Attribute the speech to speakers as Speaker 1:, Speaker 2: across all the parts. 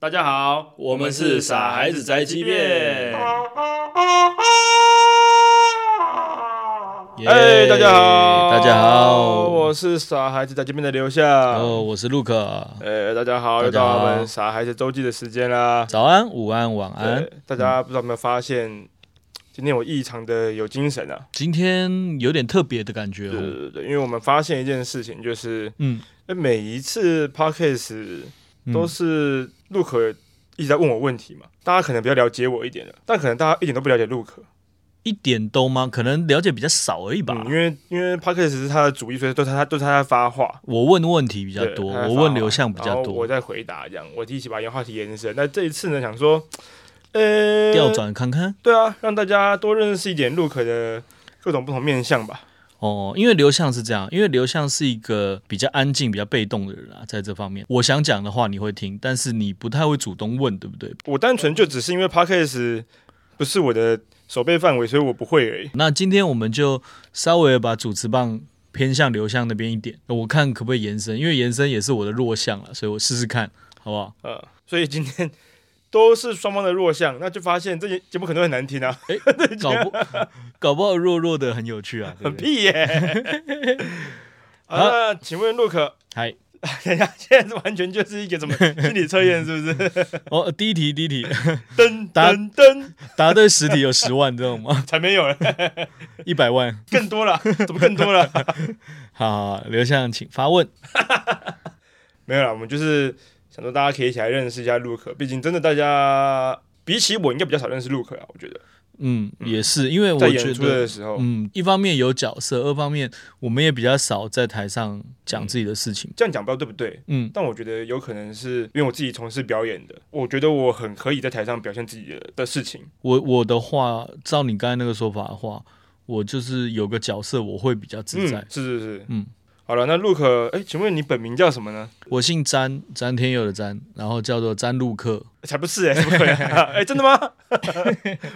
Speaker 1: 大家好，
Speaker 2: 我们是傻孩子宅急便耶
Speaker 1: 哎，大家好，
Speaker 2: 大家好，
Speaker 1: 我是傻孩子宅急便的留下。
Speaker 2: 哦，我是陆克。
Speaker 1: 哎，大家好，又
Speaker 2: 大家
Speaker 1: 到
Speaker 2: 好
Speaker 1: 我们傻孩子周记的时间啦。
Speaker 2: 早安、午安、晚安
Speaker 1: 对。，大家不知道有没有发现，今天我异常的有精神啊。
Speaker 2: 今天有点特别的感觉
Speaker 1: 对对
Speaker 2: 哦。
Speaker 1: 对对，因为我们发现一件事情，就是
Speaker 2: 嗯，
Speaker 1: 哎每一次 podcast
Speaker 2: 嗯
Speaker 1: 都是陆可一直在问我问题嘛，大家可能比较了解我一点了，但可能大家一点都不了解嗯陆可。
Speaker 2: 一点都吗？可能了解比较少而已吧
Speaker 1: 嗯，。因为因为 podcast 是他的主意，所以都是他都是他在发话
Speaker 2: 我问问题比
Speaker 1: 比
Speaker 2: 较多，我问流向比较
Speaker 1: 啊我
Speaker 2: 多，
Speaker 1: 在回答这样，我一起把原话题延伸。那这一次呢，想说，呃，
Speaker 2: 调转看看。
Speaker 1: 对啊，让大家多认识一点陆可的各种不同面向吧。
Speaker 2: 哦，因为刘向是这样，因为刘向是一个比较安静、比较被动的人啊，在这方面，我想讲的话你会听，但是你不太会主动问，对不对？
Speaker 1: 我单纯就只是因为 podcast 不是我的手背范围，所以我不会而已。
Speaker 2: 那今天我们就稍微把主持棒偏向刘向那边一点，我看可不可以延伸，因为延伸也是我的弱项了，所以我试试看，好不好？
Speaker 1: 呃，所以今天都是双方的弱项， 那就发现这节节目可能很难听啊，
Speaker 2: 搞不搞不好弱弱的很有趣啊，对
Speaker 1: 很
Speaker 2: 不 对？
Speaker 1: 屁耶、好，
Speaker 2: 啊
Speaker 1: 那请问陆可，
Speaker 2: 嗨，
Speaker 1: 等一下，现在是完全就是一个什 么心理测验，是不是？
Speaker 2: 哦，第一题，第一题，
Speaker 1: 噔
Speaker 2: 答
Speaker 1: 噔噔，
Speaker 2: 答对十题有十万，知道吗？
Speaker 1: 才没有了，
Speaker 2: 一百万，
Speaker 1: 更多了， 怎么更多了？
Speaker 2: 好好，好刘向请发问。
Speaker 1: 没有啦，我们就是想说大家可以一起来认识一下陆可，毕竟真的大家比起我应该比较少认识陆可啊，我觉得
Speaker 2: 嗯，也是，因为
Speaker 1: 在
Speaker 2: 我觉
Speaker 1: 演出的
Speaker 2: 得，
Speaker 1: 时候，
Speaker 2: 嗯，一方面有角色，二方面我们也比较少在台上讲自己的事情。
Speaker 1: 这样讲不知道对不对，
Speaker 2: 嗯，
Speaker 1: 但我觉得有可能是因为我自己从事表演的，我觉得我很可以在台上表现自己的的事情。
Speaker 2: 我我的话，照你刚才那个说法的话，我就是有个角色，我会比较自在。
Speaker 1: 嗯，是是是，
Speaker 2: 嗯。
Speaker 1: 好了，那陆可，哎，请问你本名叫什么呢？
Speaker 2: 我姓詹，詹天佑的詹，然后叫做詹路克。
Speaker 1: 才不是哎、怎么可能啊？哎、真的吗？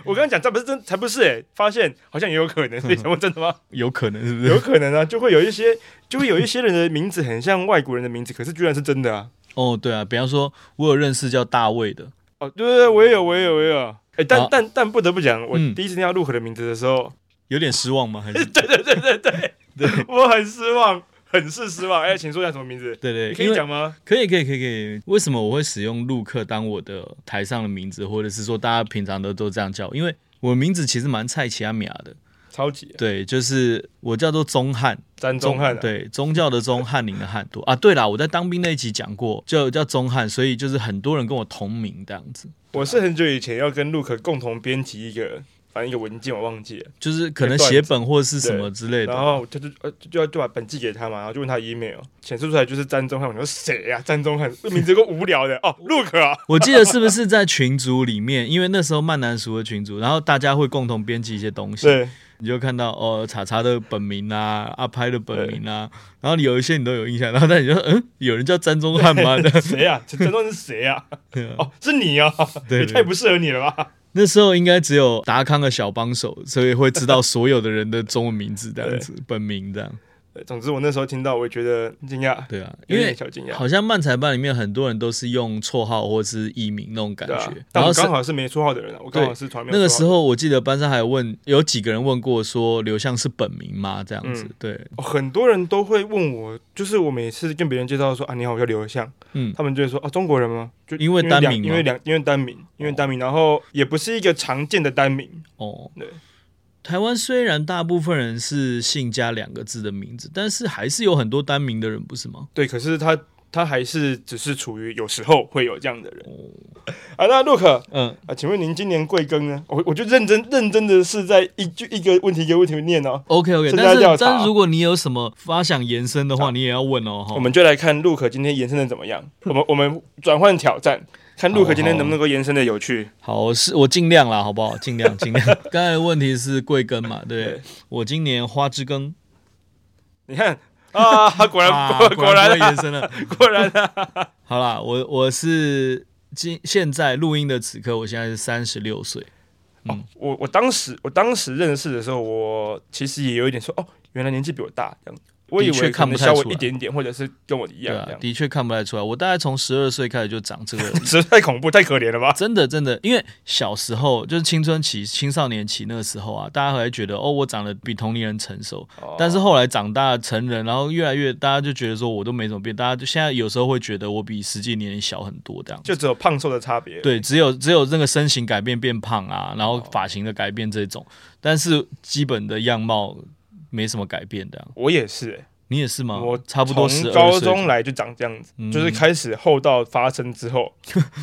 Speaker 1: 我刚刚讲这不是真，才不是哎、发现好像也有可能，所以想问真的吗？
Speaker 2: 有可能是不
Speaker 1: 有？可能啊，就会有一些，就会有一些人的名字很像外国人的名字，可是居然是真的啊！
Speaker 2: 哦，对啊，比方说，我有认识叫大卫的，
Speaker 1: 哦，对对对，我也有，我也有，我也有。哎、但、
Speaker 2: 好
Speaker 1: 但但不得不讲，我
Speaker 2: 嗯
Speaker 1: 第一次听到陆可的名字的时候，
Speaker 2: 有点失望吗？还 是
Speaker 1: 我很失望，很是失望。哎、请说一下什么名字？
Speaker 2: 对对，
Speaker 1: 你可
Speaker 2: 因
Speaker 1: 以
Speaker 2: 为
Speaker 1: 讲吗？
Speaker 2: 可以可以可以可以。为什么我会使用陆克当我的台上的名字，或者是说大家平常都都这样叫我？因为我的名字其实蛮菜奇阿米亚的，
Speaker 1: 超级
Speaker 2: 对，就是我叫做宗汉，
Speaker 1: 詹宗汉、啊，，
Speaker 2: 对，宗教的宗，翰林的翰多啊。对啦，我在当兵那一集讲过，就叫宗汉，所以就是很多人跟我同名这样子，
Speaker 1: 我是很久以前要跟陆可共同编辑一个。反正一个文件我忘记了，
Speaker 2: 就是可能写本或是什
Speaker 1: 对
Speaker 2: 么之类
Speaker 1: 然
Speaker 2: 的。
Speaker 1: 后他就呃就就要就把本寄给他嘛，然后就问他 email，显示出来就是詹宗汉。我说谁呀、詹宗汉，这名字够无聊的 哦，陆可啊，
Speaker 2: 我记得是不是在群组里面，因为那时候曼南熟的群组，然后大家会共同编辑一些东西，
Speaker 1: 对，
Speaker 2: 你就看到哦，查查的本名啊，阿拍的本名啊，然后你有一些你都有印象，然后但你就嗯，有人叫詹宗汉吗？这样
Speaker 1: 谁呀、啊？陈忠是谁 呀、
Speaker 2: 对啊
Speaker 1: 哦，是你啊！
Speaker 2: 对
Speaker 1: 也太不适合你了吧？
Speaker 2: 那时候应该只有达康的小帮手，所以会知道所有的人的中文名字这样子，本名这样。
Speaker 1: 对总之，我那时候听到，我也觉得很惊讶，
Speaker 2: 对啊，
Speaker 1: 有
Speaker 2: 因
Speaker 1: 点
Speaker 2: 为
Speaker 1: 小惊讶，
Speaker 2: 好像漫才班里面很多人都是用绰号或是艺名那种感
Speaker 1: 对
Speaker 2: 觉，
Speaker 1: 啊。但我
Speaker 2: 然后是
Speaker 1: 刚好是没绰号的人啊，我刚好是从来没有
Speaker 2: 那个
Speaker 1: 绰号
Speaker 2: 时候我记得班上还有问有几个人问过说刘向是本名吗？这样子，
Speaker 1: 嗯
Speaker 2: 对，
Speaker 1: 哦很多人都会问我，就是我每次跟别人介绍说啊，你好，我叫刘向，
Speaker 2: 嗯，
Speaker 1: 他们就会说哦，中国人吗？就
Speaker 2: 因为单
Speaker 1: 两
Speaker 2: 名吗
Speaker 1: 因为两因为单名，因为单名，然后也不是一个常见的单名，
Speaker 2: 哦，
Speaker 1: 对。
Speaker 2: 台湾虽然大部分人是姓加两个字的名字，但是还是有很多单名的人，不是吗？
Speaker 1: 对，可是他他还是只是处于有时候会有这样的人
Speaker 2: 哦，
Speaker 1: 啊。那陆可
Speaker 2: 嗯，
Speaker 1: 啊，请问您今年贵庚呢？我我就认真认真的是在一句一个问题一个问题念哦。
Speaker 2: OK OK，
Speaker 1: 身家
Speaker 2: 但
Speaker 1: 调
Speaker 2: 是
Speaker 1: 查
Speaker 2: 但是如果你有什么发想延伸的话，你也要问哦。哈
Speaker 1: 我们就来看陆可今天延伸的怎么 样。我们我们转换挑战，看陆可今
Speaker 2: 哦
Speaker 1: 天能不能够延伸的有趣。
Speaker 2: 好，是我尽量啦，好不好？尽量 尽量。刚才问题是贵庚嘛，对不对
Speaker 1: 对
Speaker 2: 我今年花之庚，
Speaker 1: 你 看啊，果然
Speaker 2: 哇
Speaker 1: 果果然
Speaker 2: 不会
Speaker 1: 啊
Speaker 2: 延伸了。
Speaker 1: 果然啊，
Speaker 2: 好啦，我我是今现在录音的此刻，我现在是三十六岁。
Speaker 1: 我我当时我当时认识的时候，我其实也有一点说哦，原来年纪比我大这样。我以
Speaker 2: 的确
Speaker 1: 为可
Speaker 2: 看不
Speaker 1: 能
Speaker 2: 太
Speaker 1: 稍微
Speaker 2: 出来
Speaker 1: 一点点，或者是跟我一
Speaker 2: 对
Speaker 1: 样
Speaker 2: 啊
Speaker 1: 这，样，
Speaker 2: 的确看不太出来。我大概从十二岁开始就长这个
Speaker 1: 实在太恐怖，太可怜了吧？
Speaker 2: 真的真的，因为小时候就是青春期、青少年期那个时候啊，大家还觉得哦，我长得比同龄人成熟。
Speaker 1: 哦
Speaker 2: 但是后来长大成人，然后越来越大家就觉得说我都没怎么变，大家就现在有时候会觉得我比实际年龄小很多这样。
Speaker 1: 就只有胖瘦的差别。
Speaker 2: 对，只有只有那个身形改变变胖啊，然后
Speaker 1: 哦
Speaker 2: 发型的改变这种，但是基本的样貌没什么改变的啊。
Speaker 1: 我也是、欸
Speaker 2: 你也是吗？
Speaker 1: 我
Speaker 2: 啊差不多十
Speaker 1: 从
Speaker 2: 二
Speaker 1: 高
Speaker 2: 岁左
Speaker 1: 中
Speaker 2: 右。
Speaker 1: 来就长这样子，
Speaker 2: 嗯
Speaker 1: 就是开始厚道发生之 后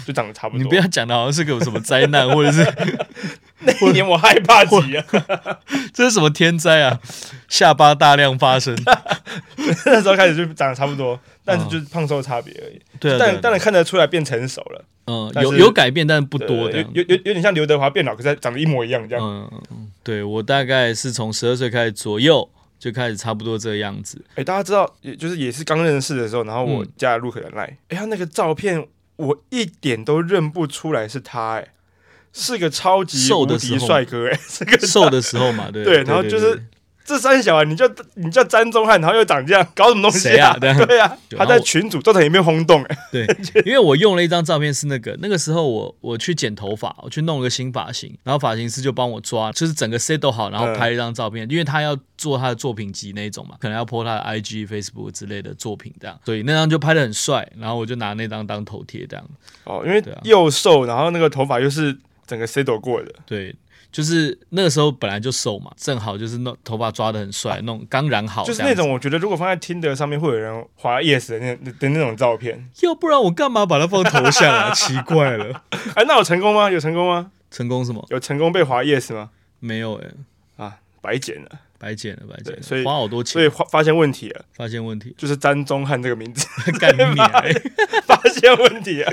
Speaker 1: 就长得差不多。
Speaker 2: 你不要讲的好像是个有什么灾难，或者是
Speaker 1: 那一年我害怕极了，
Speaker 2: 这是什么天灾啊？下巴大量发生，
Speaker 1: 那时候开始就长得差不多，但是就是胖瘦差别而已。
Speaker 2: 对啊，对啊
Speaker 1: 但当然看得出来变成熟了，
Speaker 2: 嗯，
Speaker 1: 但
Speaker 2: 有
Speaker 1: 是
Speaker 2: 有改变，但不
Speaker 1: 对
Speaker 2: 多这
Speaker 1: 有
Speaker 2: 样。
Speaker 1: 有有有点像刘德华变老，可是他长得一模一样这样。
Speaker 2: 嗯，嗯对我大概是从十二岁开始左右就开始差不多这个样子。
Speaker 1: 哎、大家知道，也就是也是刚认识的时候，然后我
Speaker 2: 嗯
Speaker 1: 加了陆可的 line，哎、他那个照片我一点都认不出来是他、哎，是个超级
Speaker 2: 瘦
Speaker 1: 无
Speaker 2: 的时
Speaker 1: 敌
Speaker 2: 候
Speaker 1: 帅哥、哎，是个
Speaker 2: 瘦的时候嘛，对
Speaker 1: 对然后就是这三小啊，你叫你叫詹宗汉，然后又长这样，搞什么东西
Speaker 2: 谁啊 对啊
Speaker 1: 对啊，
Speaker 2: 对
Speaker 1: 他
Speaker 2: 然
Speaker 1: 在
Speaker 2: 后
Speaker 1: 群组造成一片轰动，哎，
Speaker 2: 对， 因为我用了一张照片是那个，那个时候我我去剪头发，我去弄了个新发型，然后发型师就帮我抓，就是整个 set 都
Speaker 1: 嗯
Speaker 2: 好，然后拍了一张照片，因为他要做他的作品集那一种嘛，可能要 po 他的 IG、Facebook 之类的作品这样，所以那张就拍的很帅，然后我就拿那张当头贴这样，
Speaker 1: 哦，因为
Speaker 2: 对啊
Speaker 1: 又瘦，然后那个头发又是整个 C 抖过的，
Speaker 2: 对。就是那个时候本来就瘦嘛，正好就是弄头发抓的很帅，弄刚染好，
Speaker 1: 啊就是那种我觉得如果放在 Tinder 上面会有人划 yes 的那那的那种照片，
Speaker 2: 要不然我干嘛把它放头像啊？奇怪了，
Speaker 1: 哎，那有成功吗？有成功吗？
Speaker 2: 成功什么？
Speaker 1: 有成功被划 yes 吗？
Speaker 2: 没有哎、
Speaker 1: 啊，白捡了，
Speaker 2: 白捡了，白捡了，
Speaker 1: 对所以
Speaker 2: 花好多
Speaker 1: 所
Speaker 2: 钱，
Speaker 1: 以发发现问题了，
Speaker 2: 发现问题，
Speaker 1: 就是詹宗汉这个名字
Speaker 2: 干你、啊！
Speaker 1: 发现问题 了，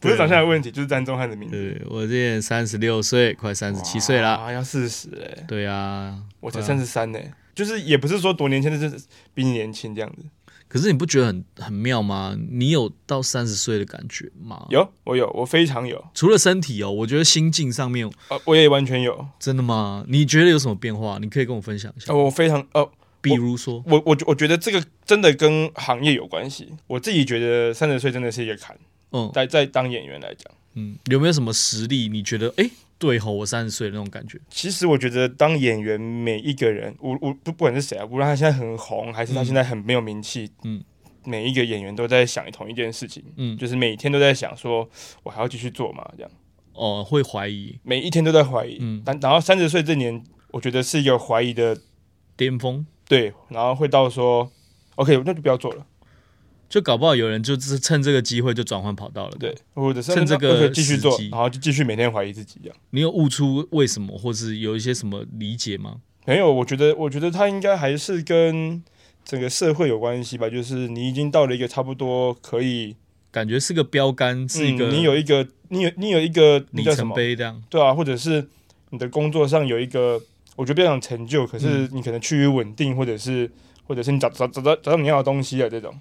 Speaker 1: 不是长相的问题，就是詹宗汉的名字，
Speaker 2: 对我今年三十六岁，快三十七岁啦。
Speaker 1: 啊，要四十哎，
Speaker 2: 对啊，
Speaker 1: 我才
Speaker 2: 对啊
Speaker 1: 三十三呢，就是也不是说多年轻，就是比你年轻这样子。
Speaker 2: 可是你不觉得很很妙吗？你有到三十岁的感觉吗？，
Speaker 1: 有，我有，我非常有，
Speaker 2: 除了身体哦，我觉得心境上面
Speaker 1: 呃，我也完全有，
Speaker 2: 真的吗？你觉得有什么变化？你可以跟我分享一下。
Speaker 1: 呃，我非常，呃，
Speaker 2: 比如说，
Speaker 1: 我我我觉得这个真的跟行业有关系。我自己觉得三十岁真的是一个坎，
Speaker 2: 嗯
Speaker 1: 在在当演员来讲，
Speaker 2: 嗯，有没有什么实力？你觉得哎，对吼，我三十岁的那种感觉，
Speaker 1: 其实我觉得当演员每一个人，我我不不管是谁啊，无论他现在很红，还是他
Speaker 2: 嗯
Speaker 1: 现在很没有名气，
Speaker 2: 嗯，
Speaker 1: 每一个演员都在想同一件事情，
Speaker 2: 嗯，
Speaker 1: 就是每天都在想说，我还要继续做嘛，这样，
Speaker 2: 哦，会怀疑
Speaker 1: 每一天都在怀疑。
Speaker 2: 嗯
Speaker 1: 但然后三十岁这年，我觉得是一个怀疑的
Speaker 2: 巅峰，
Speaker 1: 对，然后会到说，OK，那就不要做了，
Speaker 2: 就搞不好有人就是趁这个机会就转换跑道了。
Speaker 1: 对，，或者是
Speaker 2: 趁这个
Speaker 1: 那就继续做
Speaker 2: 时机，
Speaker 1: 然后就继续每天怀疑自己这样。
Speaker 2: 你有悟出为什么，或是有一些什么理解吗？
Speaker 1: 没有，我觉得，我觉得他应该还是跟整个社会有关系吧，就是你已经到了一个差不多可以，
Speaker 2: 感觉是个标杆，是一
Speaker 1: 嗯、
Speaker 2: 个、
Speaker 1: 你有一个，你有你有一个那
Speaker 2: 里
Speaker 1: 叫什
Speaker 2: 程
Speaker 1: 么？
Speaker 2: 碑这样。
Speaker 1: 对啊，或者是你的工作上有一个，我觉得比较有成就，可是你可能趋于稳定，或者是或者是你找找找到找到你要的东西了这种。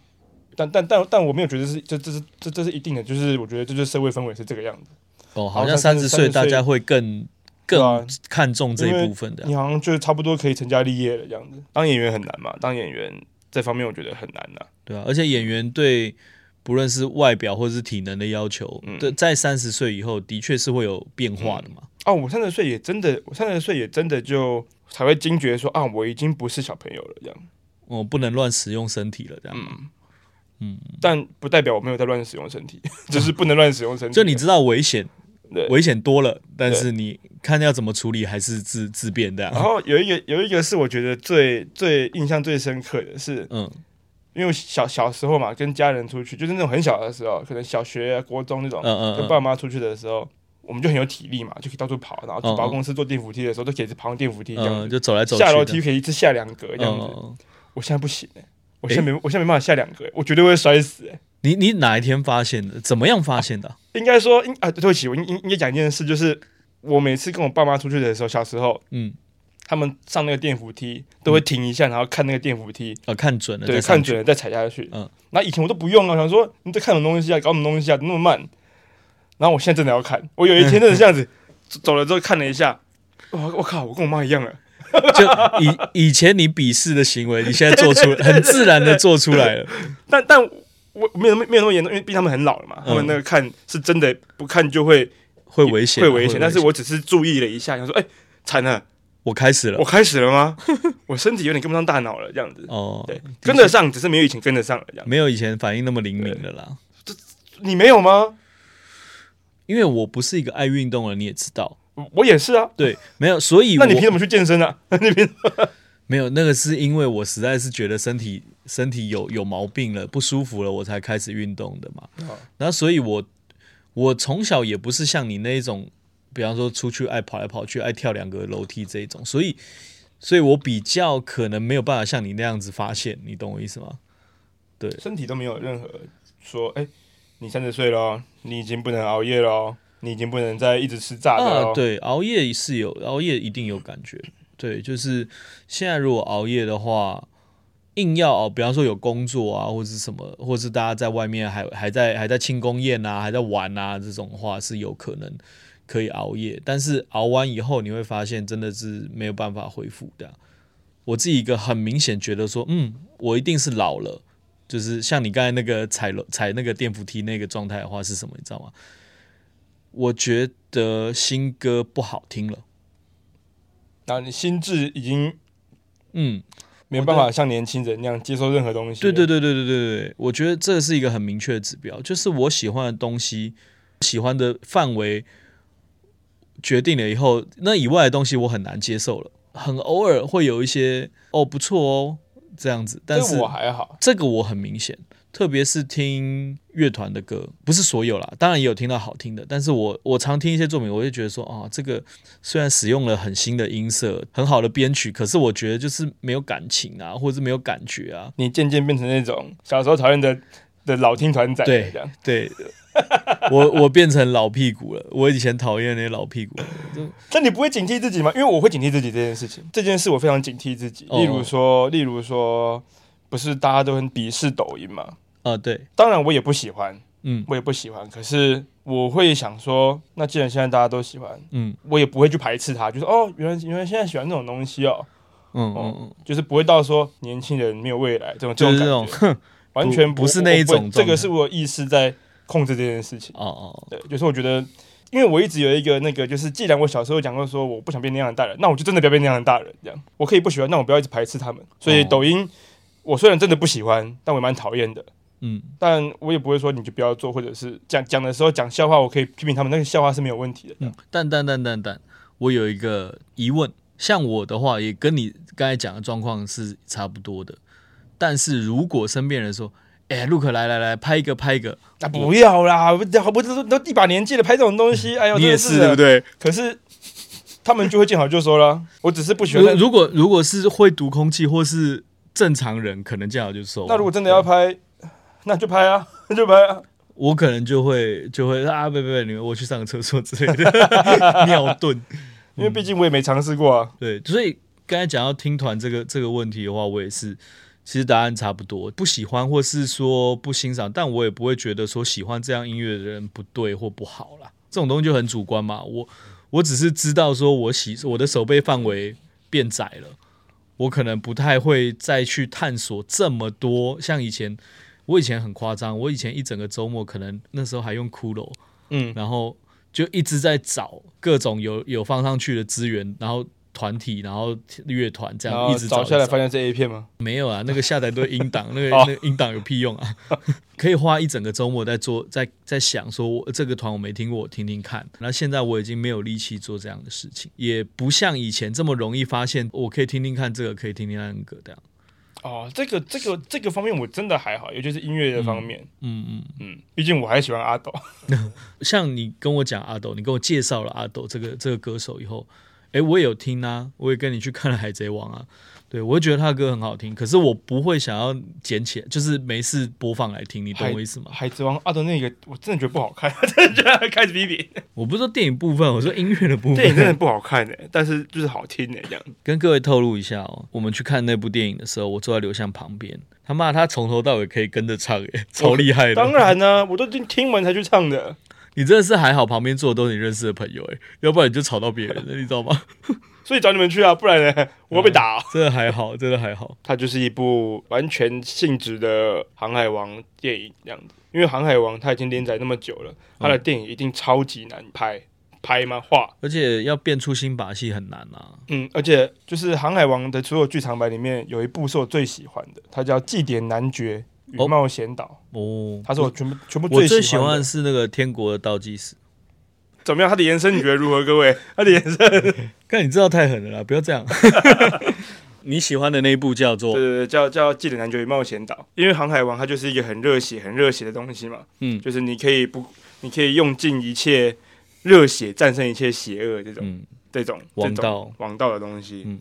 Speaker 1: 但但但但我没有觉得是这这是这这是一定的，就是我觉得这就是社会氛围是这个样子。
Speaker 2: 哦，
Speaker 1: 好
Speaker 2: 好
Speaker 1: 像
Speaker 2: 像三十
Speaker 1: 30
Speaker 2: 岁
Speaker 1: 岁
Speaker 2: 大家会更
Speaker 1: 对啊
Speaker 2: 更看重这一部分的。
Speaker 1: 你好像就差不多可以成家立业了这样子。啊当演员很难嘛，当演员这方面我觉得很难呐、
Speaker 2: 对啊，而且演员对不论是外表或是体能的要求，
Speaker 1: 嗯
Speaker 2: 对，在三十岁以后的确是会有变化的嘛。
Speaker 1: 哦，我三十岁也真的，我三十岁也真的就才会惊觉说啊，我已经不是小朋友了这样。
Speaker 2: 我、哦不能乱使用身体了，这样。
Speaker 1: 嗯但不代表我没有在乱使用身体， 就是不能乱使用身体。
Speaker 2: 就你知道危险，
Speaker 1: 对。
Speaker 2: 危险多了，但是你看要怎么处理，还是自自变这
Speaker 1: 然
Speaker 2: 样。
Speaker 1: 后有一个有一个是我觉得最最印象最深刻的是，
Speaker 2: 嗯，
Speaker 1: 因为我小小时候嘛，跟家人出去，就是那种很小的时候，可能小学、啊、国中那种，
Speaker 2: 嗯嗯
Speaker 1: 跟爸妈出去的时候，我们就很有体力嘛，就可以到处跑，然后去
Speaker 2: 嗯
Speaker 1: 保
Speaker 2: 嗯
Speaker 1: 公司坐电扶梯的时候，都可以一直爬上电扶梯这样子，
Speaker 2: 嗯，就走来走去
Speaker 1: 下
Speaker 2: 的。
Speaker 1: 楼梯可以一次下两格这样子。
Speaker 2: 嗯，嗯
Speaker 1: 我现在不行哎、我现在没、我现在没办法下两格、欸我绝对会摔死哎、
Speaker 2: 你你哪一天发现的？怎么样发现的啊？
Speaker 1: 应该说，应啊，对不起，我应应应该讲一件事，就是我每次跟我爸妈出去的时候，小时候
Speaker 2: 嗯，
Speaker 1: 他们上那个电扶梯都会停一下，然后看那个电扶梯，
Speaker 2: 呃，看准了，
Speaker 1: 对，
Speaker 2: 嗯再上
Speaker 1: 看
Speaker 2: 去
Speaker 1: 准了再踩下去。
Speaker 2: 嗯
Speaker 1: 嗯，那以前我都不用啊，想说你在看什么东西啊，搞什么东西啊，怎么那么慢。然后我现 在真的要看，我有一天真的这样子走走了之后看了一下，哇，我靠，我跟我妈一样了，
Speaker 2: 就以以前你鄙视的行为，你现在做出很自然的做出来了。
Speaker 1: 但但我没有那么没有那么严重，因为毕竟他们很老了嘛，他们那个看是真的不看就会
Speaker 2: 嗯会危险，
Speaker 1: 会危险。但是我只是注意了一下，想说，哎、惨了，
Speaker 2: 我开始了
Speaker 1: 我开始了吗？我身体有点跟不上大脑了，这样子。
Speaker 2: 哦，
Speaker 1: 对，跟得上，只是没有以前跟得上了，这样。
Speaker 2: 没有以前反应那么灵敏了啦。
Speaker 1: 你没有吗？
Speaker 2: 因为我不是一个爱运动的人，你也知道，
Speaker 1: 我我也是啊。
Speaker 2: 对，没有，所以
Speaker 1: 那你
Speaker 2: 我
Speaker 1: 凭什么去健身啊？那你凭
Speaker 2: 没有那个是因为我实在是觉得身体身体有有毛病了，不舒服了，我才开始运动的嘛。
Speaker 1: 哦
Speaker 2: 那所以我我从小也不是像你那一种，比方说出去爱跑来跑去、爱跳两个楼梯这一种，所以所以我比较可能没有办法像你那样子发现，你懂我意思吗？
Speaker 1: 身体都没有任何说，哎、你三十岁咯，你已经不能熬夜咯，你已经不能再一直吃炸的咯。
Speaker 2: 啊，对，熬夜是有，熬夜一定有感觉。对，就是现在如果熬夜的话，硬要熬，比方说有工作啊，或是什么，或是大家在外面还还在还在庆功宴啊，还在玩啊，这种话是有可能可以熬夜，但是熬完以后你会发现真的是没有办法恢复的啊。我自己一个很明显觉得说，嗯，我一定是老了，就是像你刚才那个踩楼踩那个电扶梯那个状态的话是什么，你知道吗？我觉得新歌不好听了。
Speaker 1: 然后你心智已经
Speaker 2: 嗯，
Speaker 1: 没有办法像年轻人那样接受任何东西。
Speaker 2: 对对，对对对对对，我觉得这是一个很明确的指标，就是我喜欢的东西、喜欢的范围决定了以后，那以外的东西我很难接受了。很偶尔会有一些哦不错哦这样子，但
Speaker 1: 但
Speaker 2: 是
Speaker 1: 我还好。
Speaker 2: 这个我很明显，特别是听乐团的歌，不是所有啦，当然也有听到好听的，但是我我常听一些作品，我就觉得说，哦，这个虽然使用了很新的音色、很好的编曲，可是我觉得就是没有感情啊，或者是没有感觉啊。
Speaker 1: 你渐渐变成那种小时候讨厌的的老听团仔，
Speaker 2: 对
Speaker 1: 这样
Speaker 2: 对，我 我变成老屁股了，我以前讨厌那些老屁股。
Speaker 1: 但你不会警惕自己吗？因为我会警惕自己这件事情，这件事我非常警惕自己。
Speaker 2: 哦
Speaker 1: 例如说，例如说，不是大家都很鄙视抖音嘛？
Speaker 2: 啊、对，
Speaker 1: 当然我也不喜欢，
Speaker 2: 嗯
Speaker 1: 我也不喜欢。可是我会想说，那既然现在大家都喜欢，
Speaker 2: 嗯
Speaker 1: 我也不会去排斥它，就是哦，原来原来现在喜欢这种东西哦，
Speaker 2: 嗯嗯
Speaker 1: 就是不会到说年轻人没有未来这种
Speaker 2: 嗯，就是
Speaker 1: 这
Speaker 2: 这
Speaker 1: 种
Speaker 2: 种
Speaker 1: 感觉，完全
Speaker 2: 不是那一种
Speaker 1: 我不会这
Speaker 2: 状态
Speaker 1: 个是我有意识在控制这件事情。
Speaker 2: 哦哦，
Speaker 1: 对，就是我觉得，因为我一直有一个那个，就是既然我小时候讲过说我不想变那样的大人，那我就真的不要变那样的大人，这样我可以不喜欢，但我不要一直排斥他们。所以
Speaker 2: 哦
Speaker 1: 抖音，我虽然真的不喜欢，但我也蛮讨厌的。
Speaker 2: 嗯
Speaker 1: 但我也不会说你就不要做，或者是讲讲的时候讲笑话，我可以批评他们，那个笑话是没有问题的。
Speaker 2: 嗯， 但但但但但，我有一个疑问，像我的话，也跟你刚才讲的状况是差不多的。但是如果身边人说，哎、陆可来来来，拍一个拍一个，
Speaker 1: 啊，不要啦，不要，不都都一把年纪了，拍这种东西，哎呦，
Speaker 2: 你也
Speaker 1: 真的
Speaker 2: 是对不
Speaker 1: 的？
Speaker 2: 对？
Speaker 1: 可是他们就会见好就收啦。我只是不喜欢
Speaker 2: 如
Speaker 1: 那。
Speaker 2: 如果如果是会读空气或是正常人，可能见好就收啊。
Speaker 1: 那如果真的要拍， 那就拍啊，那就拍啊。
Speaker 2: 我可能就会就会啊，别别别，你我去上个厕所之类 的， 尿遁。
Speaker 1: 因为毕竟我也没尝试过啊。
Speaker 2: 对，所以刚才讲到听团这个这个问题的话，我也是，其实答案差不多，不喜欢或是说不欣赏，但我也不会觉得说喜欢这样音乐的人不对或不好啦，这种东西就很主观嘛。我我只是知道说我喜我的手背范围变窄了，我可能不太会再去探索这么多，像以前。我以前很夸张，我以前一整个周末可能那时候还用骷髅，
Speaker 1: 嗯，
Speaker 2: 然后就一直在找各种有有放上去的资源，然后团体，然后乐团这
Speaker 1: 然
Speaker 2: 样
Speaker 1: 后
Speaker 2: 一直
Speaker 1: 找
Speaker 2: 找
Speaker 1: 下
Speaker 2: 一
Speaker 1: 来
Speaker 2: 直
Speaker 1: 发现是 A 片吗？
Speaker 2: 没有啊，那个下载都是音档，那个
Speaker 1: 哦
Speaker 2: 那个音档有屁用啊？ 可以花一整个周末在做，在在想说我这个团我没听过，我听听看。那现在我已经没有力气做这样的事情，也不像以前这么容易发现，我可以听听看这个，可以听听看那个这样。
Speaker 1: 哦，这个这个这个方面我真的还好，也就是音乐的方面。
Speaker 2: 嗯嗯，
Speaker 1: 嗯，毕竟我还喜欢阿斗。
Speaker 2: 像你跟我讲阿斗，你跟我介绍了阿斗这个这个歌手以后，诶，我也有听啊，我也跟你去看了《海贼王》啊，对我也觉得他的歌很好听，可是我不会想要捡起来，就是没事播放来听，你懂我意思吗？
Speaker 1: 海贼王阿斗那个我真的觉得不好看， 真的觉得开始批评。
Speaker 2: 我不是说电影部分，我说音乐的 部
Speaker 1: 电影真的
Speaker 2: 分，
Speaker 1: 不好看诶、但是就是好听欸诶、这 样。
Speaker 2: 跟各位透露一下哦，我们去看那部电影的时候，我坐在刘向旁边，他欸骂他从头到尾可以跟着唱，诶，超厉害的。
Speaker 1: 啊当然呢、我都已经听完才去唱的。
Speaker 2: 你真的是还好，旁边坐的都是你认识的朋友、欸，哎，要不然你就吵到别人了，你知道吗？
Speaker 1: 所以找你们去啊，不然 呢，我会被打、
Speaker 2: 真的还好，真的还好。
Speaker 1: 它就是一部完全性质的《航海王》电影这样子。因为《航海王》它已经连载那么久了，它的电影一定超级难拍，拍吗？画，
Speaker 2: 而且要变出新把戏很难啊。
Speaker 1: 嗯，而且就是《航海王》的所有剧场版里面，有一部是我最喜欢的，它叫《祭典男爵与
Speaker 2: 哦
Speaker 1: 冒险岛》
Speaker 2: 哦，
Speaker 1: 它是我全部全部
Speaker 2: 我最
Speaker 1: 喜
Speaker 2: 喜
Speaker 1: 欢
Speaker 2: 欢
Speaker 1: 的
Speaker 2: 的是那个《天国的倒计时》。
Speaker 1: 怎么样？它的延伸你觉得如何？各位，它的延伸，
Speaker 2: 看你知道太狠了啦，不要这样。 你喜欢的那一部叫
Speaker 1: 对
Speaker 2: 做
Speaker 1: 对对，叫叫《祭典男爵与冒险岛》，因为《航海王》它就是一个很热血、很热血的东西嘛。
Speaker 2: 嗯
Speaker 1: 就是你可以不，你可以用尽一切热血战胜一切邪恶这种、
Speaker 2: 嗯
Speaker 1: 这种
Speaker 2: 王
Speaker 1: 这种
Speaker 2: 道
Speaker 1: 王道的东西。
Speaker 2: 嗯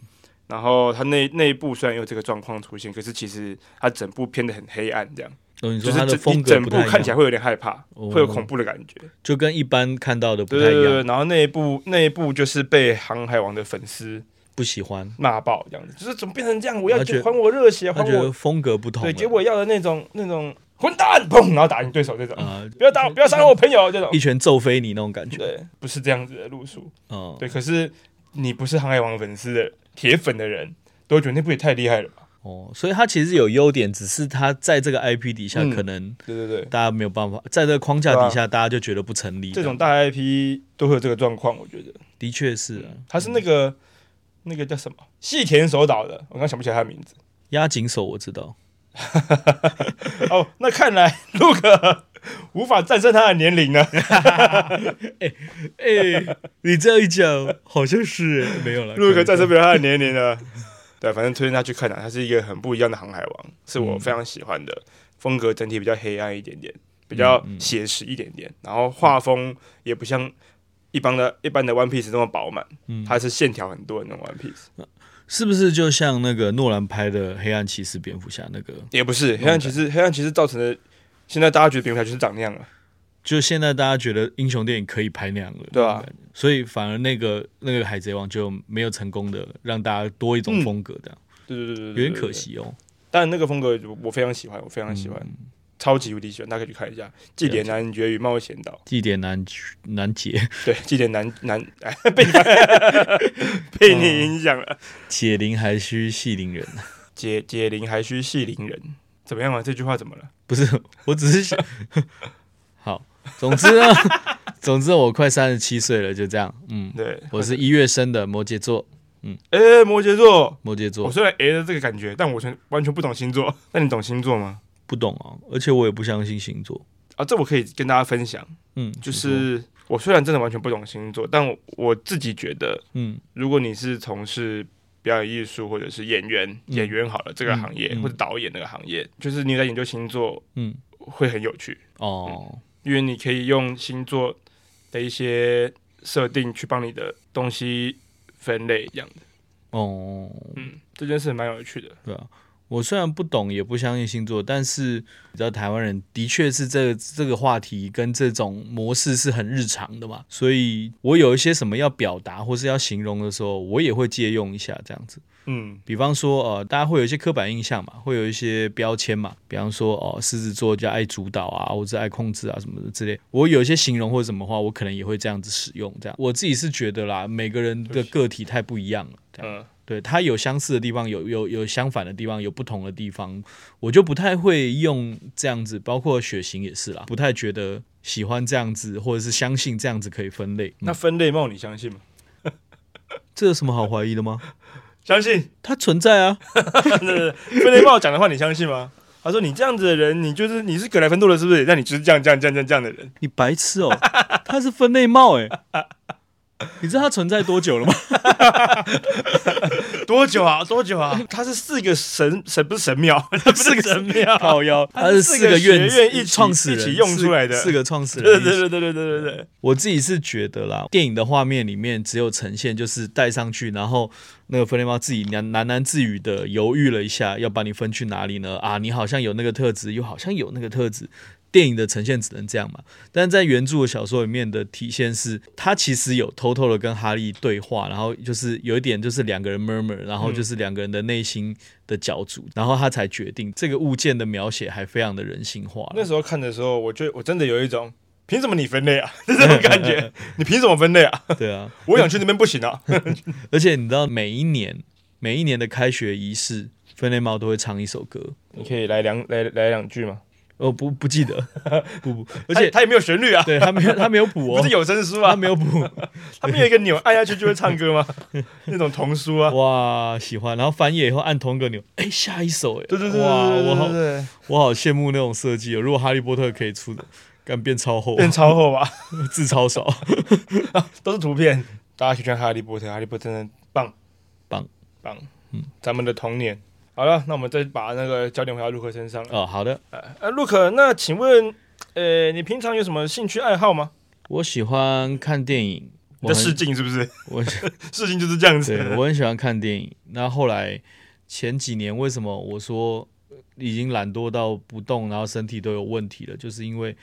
Speaker 1: 然后他那那一部虽然有这个状况出现，可是其实他整部片的很黑暗，这样
Speaker 2: 哦，你
Speaker 1: 就
Speaker 2: 说
Speaker 1: 是
Speaker 2: 它的
Speaker 1: 整
Speaker 2: 风
Speaker 1: 你
Speaker 2: 格
Speaker 1: 整
Speaker 2: 不
Speaker 1: 部
Speaker 2: 太
Speaker 1: 看
Speaker 2: 一
Speaker 1: 起来
Speaker 2: 样，
Speaker 1: 会有点害怕，
Speaker 2: 哦
Speaker 1: 会有恐怖的感觉。
Speaker 2: 就跟一般看到的不
Speaker 1: 对
Speaker 2: 太
Speaker 1: 对
Speaker 2: 一
Speaker 1: 对
Speaker 2: 样
Speaker 1: 对，，然后那一部那一部就是被《航海王》的粉丝
Speaker 2: 不喜欢，
Speaker 1: 骂爆，这样子就是怎么变成这样？我要
Speaker 2: 他觉得
Speaker 1: 还我热血，还
Speaker 2: 他觉得
Speaker 1: 我
Speaker 2: 风格不同了。
Speaker 1: 对，给我要的那种那种混蛋，砰，然后打你对手这种，
Speaker 2: 啊，
Speaker 1: 不要打，不要伤害我朋友这种
Speaker 2: 一。拳揍飞你那种感觉。
Speaker 1: 对，不是这样子的路数。
Speaker 2: 嗯，
Speaker 1: 对，可是你不是航海王粉丝的铁粉的人，都会觉得那部也太厉害了吧？
Speaker 2: 哦，所以它其实有优点，只是它在这个 IP 底下，
Speaker 1: 嗯
Speaker 2: 可能
Speaker 1: 对对对，
Speaker 2: 大家没有办法在这个框架底下，大家就觉得不成立。
Speaker 1: 这种大 IP 都会有这个状况，我觉得
Speaker 2: 的确是啊
Speaker 1: 他是那个、那个叫什么细田守岛的，我刚想不起来他的名字。
Speaker 2: 压紧手，我知道。
Speaker 1: 哦，那看来陆克无法战胜他的年龄呢。
Speaker 2: 哎，你这样一讲，好像是哎没有 了。
Speaker 1: 陆克
Speaker 2: 在
Speaker 1: 战
Speaker 2: 这
Speaker 1: 胜不了他的 年龄呢。对，反正推荐他去看啊，他是一个很不一样的航海王，是我非常喜欢的，风格整体比较黑暗一点点，比较写实一点点，然后画风也不像一般的一般的 One Piece 那么饱满，它是线条很多的那种 One Piece，
Speaker 2: 是不是就像那个诺兰拍的《黑暗骑士》蝙蝠侠那个？
Speaker 1: 也不是黑暗骑士，黑暗骑士造成的。现在大家觉得蝙蝠侠就是长那样了，
Speaker 2: 就现在大家觉得英雄电影可以拍那样了，
Speaker 1: 对吧、啊？
Speaker 2: 所以反而那个那个海贼王就没有成功的让大家多一种风格，这样、
Speaker 1: 对对对对，对
Speaker 2: 有点可。惜哦。
Speaker 1: 但那个风格我非常喜欢，我非常喜欢，超级无敌喜欢，大家可以去看一下《祭典男爵与冒险岛》。
Speaker 2: 祭典难难解，
Speaker 1: 对，祭典男男哎 被你被
Speaker 2: 哦
Speaker 1: 你影响了。
Speaker 2: 解铃还须系铃人。
Speaker 1: 解解铃还需系铃人，怎么样啊？这句话怎么了？
Speaker 2: 不是，我只是想 好。总之呢， 总之我快三十七岁了，就这样。嗯，
Speaker 1: 对，
Speaker 2: 我是一月生的摩羯座，
Speaker 1: 哎、摩羯座。
Speaker 2: 摩羯
Speaker 1: 我
Speaker 2: 座
Speaker 1: 虽然哎诶的这个感觉，但我全完全不懂星座。那你懂星座吗？
Speaker 2: 不懂哦，而且我也不相信星座。
Speaker 1: 啊，这我可以跟大家分享，
Speaker 2: 嗯，
Speaker 1: 就
Speaker 2: 你说
Speaker 1: 是我虽然真的完全不懂星座，但我我自己觉得，
Speaker 2: 嗯
Speaker 1: 如果你是从事表演艺术或者是演员，演员好了这个行业、
Speaker 2: 嗯嗯嗯
Speaker 1: 或者导演那个行业，就是你在研究星座
Speaker 2: 嗯
Speaker 1: 会很有趣。
Speaker 2: 哦
Speaker 1: 因为你可以用星座的一些设定去帮你的东西分类一样的。
Speaker 2: 哦，
Speaker 1: 嗯，这件事蛮有趣的。
Speaker 2: 对啊，我虽然不懂，也不相信星座，但是你知道台湾人的确是这这个话题跟这种模式是很日常的嘛，所以我有一些什么要表达或是要形容的时候，我也会借用一下这样子。
Speaker 1: 嗯，
Speaker 2: 比方说，呃，大家会有一些刻板印象嘛，会有一些标签嘛。比方说，哦、狮子座就爱主导啊，或者爱控制啊什么的之类。我有一些形容或者什么话，我可能也会这样子使用。这样，我自己是觉得啦，每个人的个体太不一样了。这样
Speaker 1: 嗯，
Speaker 2: 对它有相似的地方，有有有相反的地方，有不同的地方，我就不太会用这样子，包括血型也是啦，不太觉得喜欢这样子，或者是相信这样子可以分类。嗯
Speaker 1: 那分类帽你相信吗？
Speaker 2: 这有什么好怀疑的吗？
Speaker 1: 相 信。
Speaker 2: 它存在啊，
Speaker 1: 分类帽讲的话你相信吗？他说你这样子的人，你就是你是格莱芬多的，是不是？那你就是这样这样这样这样这样的人。
Speaker 2: 你白痴哦，它是分类帽哎、你知道它存在多久了吗？
Speaker 1: 多久啊？多久啊？他是四个神神不是神庙，不是神 庙，
Speaker 2: 靠腰，它
Speaker 1: 它是
Speaker 2: 是
Speaker 1: 四
Speaker 2: 四
Speaker 1: 个
Speaker 2: 个院
Speaker 1: 学院一起
Speaker 2: 创始
Speaker 1: 一
Speaker 2: 人
Speaker 1: 起用出来的
Speaker 2: 四四个创始人
Speaker 1: 对
Speaker 2: 一起
Speaker 1: 对对对对对对对。
Speaker 2: 我自己是觉得啦，电影的画面里面只有呈现就是戴上去，然后那个分类猫自己喃喃喃自语的犹豫了一下，要把你分去哪里呢？啊，你好像有那个特质，又好像有那个特质。电影的呈现只能这样嘛，但在原著的小说里面的体现是，他其实有偷偷的跟哈利对话，然后就是有一点就是两个人 murmur，然后就是两个人的内心的角逐，然后他才决定这个物件的描写还非常的人性化啦。
Speaker 1: 那时候看的时候，我就我真的有一种凭什么你分类啊？ 就这种感觉，你凭什么分类啊？
Speaker 2: 对啊，
Speaker 1: 我想去那边不行啊。
Speaker 2: 而且你知道每一年每一年的开学仪式，分类猫都会唱一首歌。
Speaker 1: 你可以来两来来两句吗？
Speaker 2: 哦，不不 记得，不不，而且
Speaker 1: 他也没有旋律啊，
Speaker 2: 对他没有他没有谱
Speaker 1: 不
Speaker 2: 哦
Speaker 1: 是，有声书
Speaker 2: 他
Speaker 1: 啊，
Speaker 2: 没有谱，
Speaker 1: 他们有一个钮按下去就会唱歌 吗？那种童书啊，
Speaker 2: 哇，喜欢，然后翻页以后按同一个钮，哎，下一首，哎，
Speaker 1: 对对对，
Speaker 2: 哇，
Speaker 1: 对对
Speaker 2: 我好
Speaker 1: 对对
Speaker 2: 我好羡慕那种设计哦。如果哈利波特可以出的，干变 超厚，
Speaker 1: 变超厚吧，
Speaker 2: 字超少，
Speaker 1: 都是图片，大家可以看《哈利波特》，《哈利波特》真的棒
Speaker 2: 棒
Speaker 1: 棒，嗯，咱们的童年。好了，那我们再把那个焦点回到陆克身上了。
Speaker 2: 哦，好的，
Speaker 1: 呃，陆克，那请问，呃，你平常有什么兴趣爱好吗？
Speaker 2: 我喜欢看电影，
Speaker 1: 你
Speaker 2: 我
Speaker 1: 在
Speaker 2: 很
Speaker 1: 试镜是不是？
Speaker 2: 我
Speaker 1: 事情就是这样子。
Speaker 2: 对我很喜欢看 电影。那后来前几年为什么我说已经懒惰到不动，然后身体都有问题了，就是因为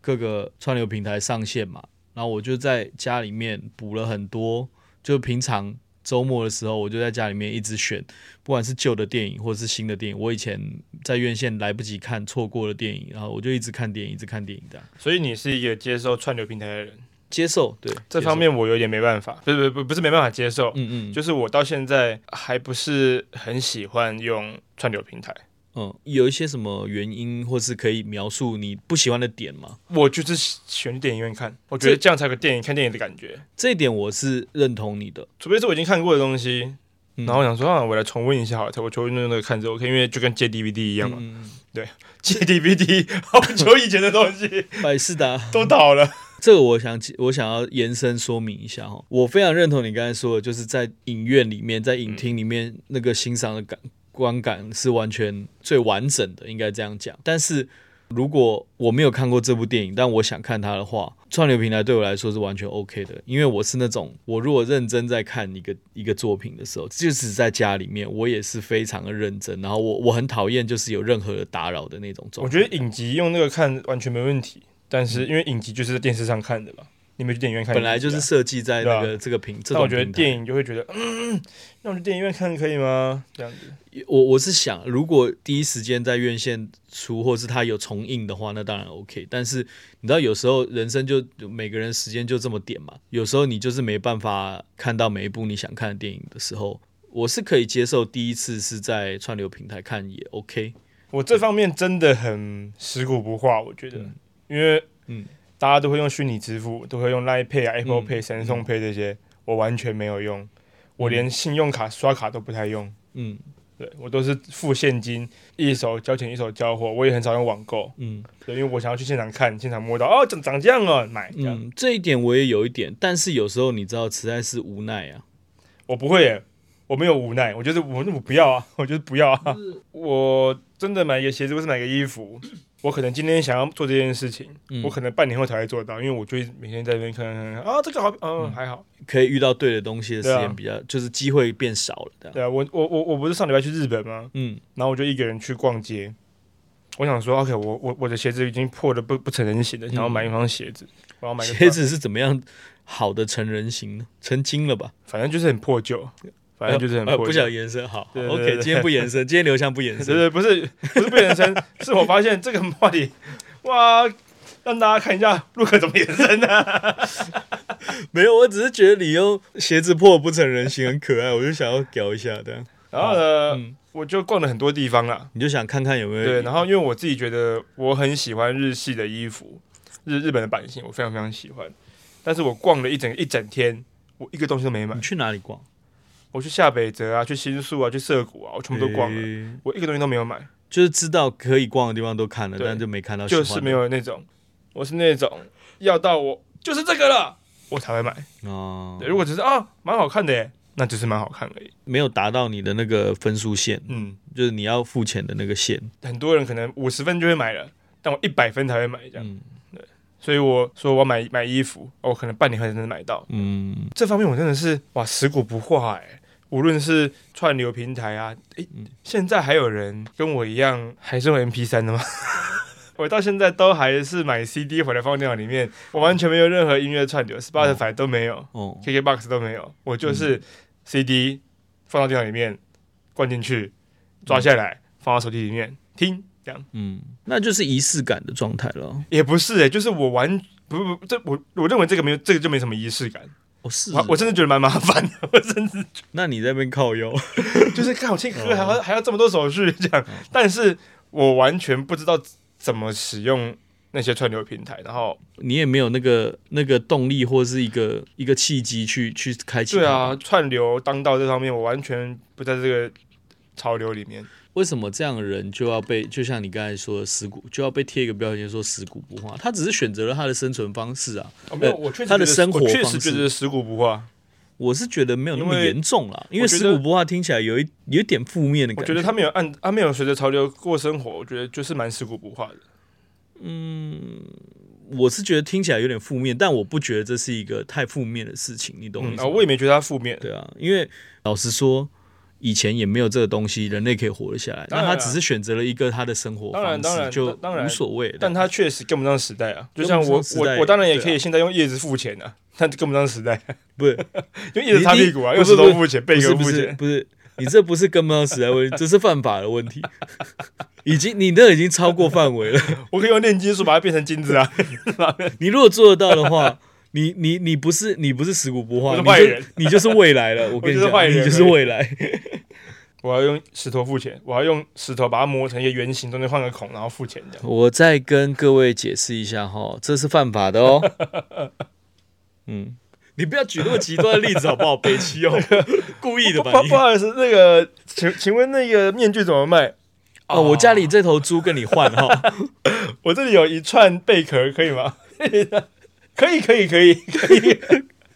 Speaker 2: 各个串流平台上线嘛。然后我就在家里面补了很多，就平常周末的时候，我就在家里面一直选，不管是旧的电影或者是新的电影，我以前在院线来不及看错过的电影，然后我就一直看电影，一直看电影这样。
Speaker 1: 所以你是一个接受串流平台的人，
Speaker 2: 接受对
Speaker 1: 这方，面我有点没办法，不是不是不是没办法接受
Speaker 2: 接，受嗯嗯，
Speaker 1: 就是我到现在还不是很喜欢用串流平台。
Speaker 2: 嗯，有一些什么原因，或是可以描述你不喜欢的点吗？
Speaker 1: 我就是喜欢去电影院看，我觉得
Speaker 2: 这
Speaker 1: 这样才有个电影看电影的感觉。
Speaker 2: 这一点我是认同你的。
Speaker 1: 除非是我已经看过的东西，
Speaker 2: 嗯
Speaker 1: 然后我想说啊，我来重温一下好了，我重温那个看着 OK，因为就跟借 DVD 一样嘛，
Speaker 2: 嗯，
Speaker 1: 借 DVD 好久以前的东 西
Speaker 2: 百事达，
Speaker 1: 都倒了。
Speaker 2: 这个我想我想要延伸说明一下哈，我非常认同你刚才说的，就是在影院里面，在影厅里面、
Speaker 1: 嗯
Speaker 2: 那个欣赏的感观感是完全最完整的，应该这样讲。但是如果我没有看过这部电影，但我想看它的话，串流平台对我来说是完全 OK 的，因为我是那种我如果认真在看一个一个作品的时候，即使在家里面，我也是非常的认真，然后我我很讨厌就是有任何的打扰的那种状
Speaker 1: 我
Speaker 2: 态。
Speaker 1: 觉得影集用那个看完全没问题，但是因为影集就是在电视上看的嘛，你没去电影院看影
Speaker 2: 本
Speaker 1: 集啊，
Speaker 2: 来就是设计在那
Speaker 1: 对啊
Speaker 2: 个这个平，这
Speaker 1: 但
Speaker 2: 种
Speaker 1: 我觉得
Speaker 2: 平台
Speaker 1: 电影就会觉得，嗯，那我去电影院看可以吗？这样子，
Speaker 2: 我我是想，如果第一时间在院线出，或是它有重映的话，那当然 OK。但是你知道，有时候人生就每个人时间就这么点嘛，有时候你就是没办法看到每一部你想看的电影的时候，我是可以接受第一次是在串流平台看也 OK。
Speaker 1: 我这方面真的很食古不化，我觉得，
Speaker 2: 嗯
Speaker 1: 因为
Speaker 2: 嗯
Speaker 1: 大家都会用虚拟支付，都会用 Line Pay 啊、Apple
Speaker 2: 嗯
Speaker 1: Pay、神送 Pay 这些，我完全没有用，我连信用卡刷卡都不太用，
Speaker 2: 嗯
Speaker 1: 对我都是付现金，一手交钱一手交货，我也很少用网购，
Speaker 2: 嗯
Speaker 1: 对，因为我想要去现场看，现场摸到哦，长长这样哦，买这样，
Speaker 2: 嗯，这一点我也有一点，但是有时候你知道，实在是无奈啊。
Speaker 1: 我不会耶，我没有无奈，我就是我我不要啊， 我就是不要啊，我真的买个鞋子或是买个衣服，我可能今天想要做这件事情，
Speaker 2: 嗯
Speaker 1: 我可能半年后才会做到，因为我就会每天在那边看看看看啊，这个好，嗯，还好。
Speaker 2: 可以遇到对的东西的时
Speaker 1: 对啊
Speaker 2: 间比较，就是机会变少了，这样。
Speaker 1: 对啊，我我我我不是上礼拜去日本吗？
Speaker 2: 嗯
Speaker 1: 然后我就一个人去逛街，我想说，OK，我我我的鞋子已经破的不不成人形了，想要买一双鞋子，我要买个
Speaker 2: 鞋，子是怎么样好的成人型呢？成精了吧？
Speaker 1: 反正就是很破旧，反正就是很
Speaker 2: 呃
Speaker 1: 破
Speaker 2: 不
Speaker 1: 旧。
Speaker 2: 想延伸，好
Speaker 1: 对对
Speaker 2: ，OK，
Speaker 1: 对对
Speaker 2: 今天不延伸，今天流向不延
Speaker 1: 对
Speaker 2: 伸。
Speaker 1: 对，不是不是不延伸，是我发现这个话题，哇，让大家看一下陆克怎么延伸啊呢、
Speaker 2: 没有，我只是觉得你用鞋子破不成人形很可爱，我就想要屌一下的。
Speaker 1: 然后呢，
Speaker 2: 嗯，
Speaker 1: 我就逛了很多地方啦。
Speaker 2: 你就想看看有没有
Speaker 1: 对，然后因为我自己觉得我很喜欢日系的衣服，日日本的版型，我非常非常喜欢。但是我逛了一整一整天，我一个东西都没买
Speaker 2: 你。去哪里逛？
Speaker 1: 我去下北泽啊，去新宿啊，去涩谷啊，我全部都逛了，
Speaker 2: 了，
Speaker 1: 我一个东西都没有买，
Speaker 2: 就是知道可以逛的地方都看了，
Speaker 1: 对
Speaker 2: 但就没看到喜
Speaker 1: 就
Speaker 2: 欢的，
Speaker 1: 是没有那种，我是那种要到我就是这个了，我才会买。
Speaker 2: 哦
Speaker 1: 对，，如果只是啊蛮好看的耶，那只是蛮好看而已。
Speaker 2: 没有达到你的那个分数线，
Speaker 1: 嗯，
Speaker 2: 就是你要付钱的那个线。
Speaker 1: 很多人可能五十分就会买了，但我一百分才会买这样。
Speaker 2: 嗯
Speaker 1: 所以我说我要买买衣服，哦我可能半年后才能买到。
Speaker 2: 嗯，
Speaker 1: 这方面我真的是哇，食古不化哎。无论是串流平台啊，诶，
Speaker 2: 嗯
Speaker 1: 现在还有人跟我一样还是用 MP 3的吗？ 我到现在都还是买 CD 回来放电脑里面，我完全没有任何音乐串流，Spotify 都没有、
Speaker 2: 哦，
Speaker 1: k k b o x 都没有，我就是嗯 CD 放到电脑里面，灌进去，抓下来，放到手机里面听，这样
Speaker 2: 嗯，那就是仪式感的状态了。
Speaker 1: 也不是诶、欸就是我完不不不这我我认为这个没有这个就没什么仪式感，
Speaker 2: 哦，是
Speaker 1: 我我真的觉得蛮麻烦的， 我真的
Speaker 2: 那你在那边靠腰，
Speaker 1: 就是看我请哦嗯喝 还要还要这么多手续这样，但是我完全不知道怎么使用那些串流平台，然后
Speaker 2: 你也没有那个那个动力或是一个一个契机去去开启。
Speaker 1: 对啊，，串流当道这方面我完全不在这个潮流里面，
Speaker 2: 为什么这样的人就要被，就像你刚才说的死骨，就要被贴一个标签说死骨不化？他只是选择了他的生存方式啊。
Speaker 1: 哦、没有，
Speaker 2: 呃
Speaker 1: 我确实
Speaker 2: 他的
Speaker 1: 觉得
Speaker 2: 生活
Speaker 1: 我确
Speaker 2: 方
Speaker 1: 实觉
Speaker 2: 式
Speaker 1: 得死骨不化，
Speaker 2: 我是觉得没有那么
Speaker 1: 因为
Speaker 2: 严重啦，因
Speaker 1: 我
Speaker 2: 为
Speaker 1: 觉
Speaker 2: 死
Speaker 1: 得
Speaker 2: 骨不化听起来有一有一点负面的
Speaker 1: 我
Speaker 2: 感
Speaker 1: 觉得他没有按他没有随着潮流过生活，我觉得就是蛮死骨不化的。
Speaker 2: 我是觉得听起来有点负面，但我不觉得这是一个太负面的事情，你懂我
Speaker 1: 嗯
Speaker 2: 意思
Speaker 1: 啊，
Speaker 2: 吗？
Speaker 1: 我也没觉得他负面，
Speaker 2: 对啊，因为老实说，以前也没有这个东西，人类可以活得下来。
Speaker 1: 当
Speaker 2: 那
Speaker 1: 然啊
Speaker 2: 他只是选择了一个他的生活
Speaker 1: 当然
Speaker 2: 方
Speaker 1: 当然
Speaker 2: 式，就
Speaker 1: 当然
Speaker 2: 无所谓。
Speaker 1: 但他确实跟不上时代啊。就像
Speaker 2: 跟
Speaker 1: 我
Speaker 2: 不上时代
Speaker 1: 我我当然也可
Speaker 2: 对
Speaker 1: 以
Speaker 2: 啊
Speaker 1: 现在用叶子付钱啊，但跟不上时代，
Speaker 2: 不是
Speaker 1: 就一直擦屁股啊，
Speaker 2: 你
Speaker 1: 用
Speaker 2: 你
Speaker 1: 石
Speaker 2: 不
Speaker 1: 头
Speaker 2: 是
Speaker 1: 付钱，
Speaker 2: 不
Speaker 1: 背
Speaker 2: 是
Speaker 1: 个
Speaker 2: 不
Speaker 1: 付
Speaker 2: 是
Speaker 1: 钱。
Speaker 2: 不是，你这不是跟不上时代问题，这是犯法的问题，已经你那已经超过范围了。
Speaker 1: 我可以用炼金术把它变成金子啊。
Speaker 2: 你如果做得到的话，你你你不是你不是死骨不化，
Speaker 1: 我是
Speaker 2: 你
Speaker 1: 坏
Speaker 2: 就
Speaker 1: 人
Speaker 2: 你就是未来了。我跟你
Speaker 1: 就是
Speaker 2: 讲，
Speaker 1: 坏人
Speaker 2: 你就是
Speaker 1: 而已
Speaker 2: 未来。
Speaker 1: 我要用石头付钱，我要用石头把它磨成一个圆形，中间换个孔，然后付钱这样。
Speaker 2: 我再跟各位解释一下哈，这是犯法的哦。嗯，你不要举那么极端的例子好不好？北齐哦， 故意的
Speaker 1: 不
Speaker 2: 吧你
Speaker 1: 不？好意思，那个请请问那个面具怎么卖？
Speaker 2: 哦，我家里这头猪跟你换哈、
Speaker 1: 我这里有一串贝壳，可以吗？ 可以可以可以，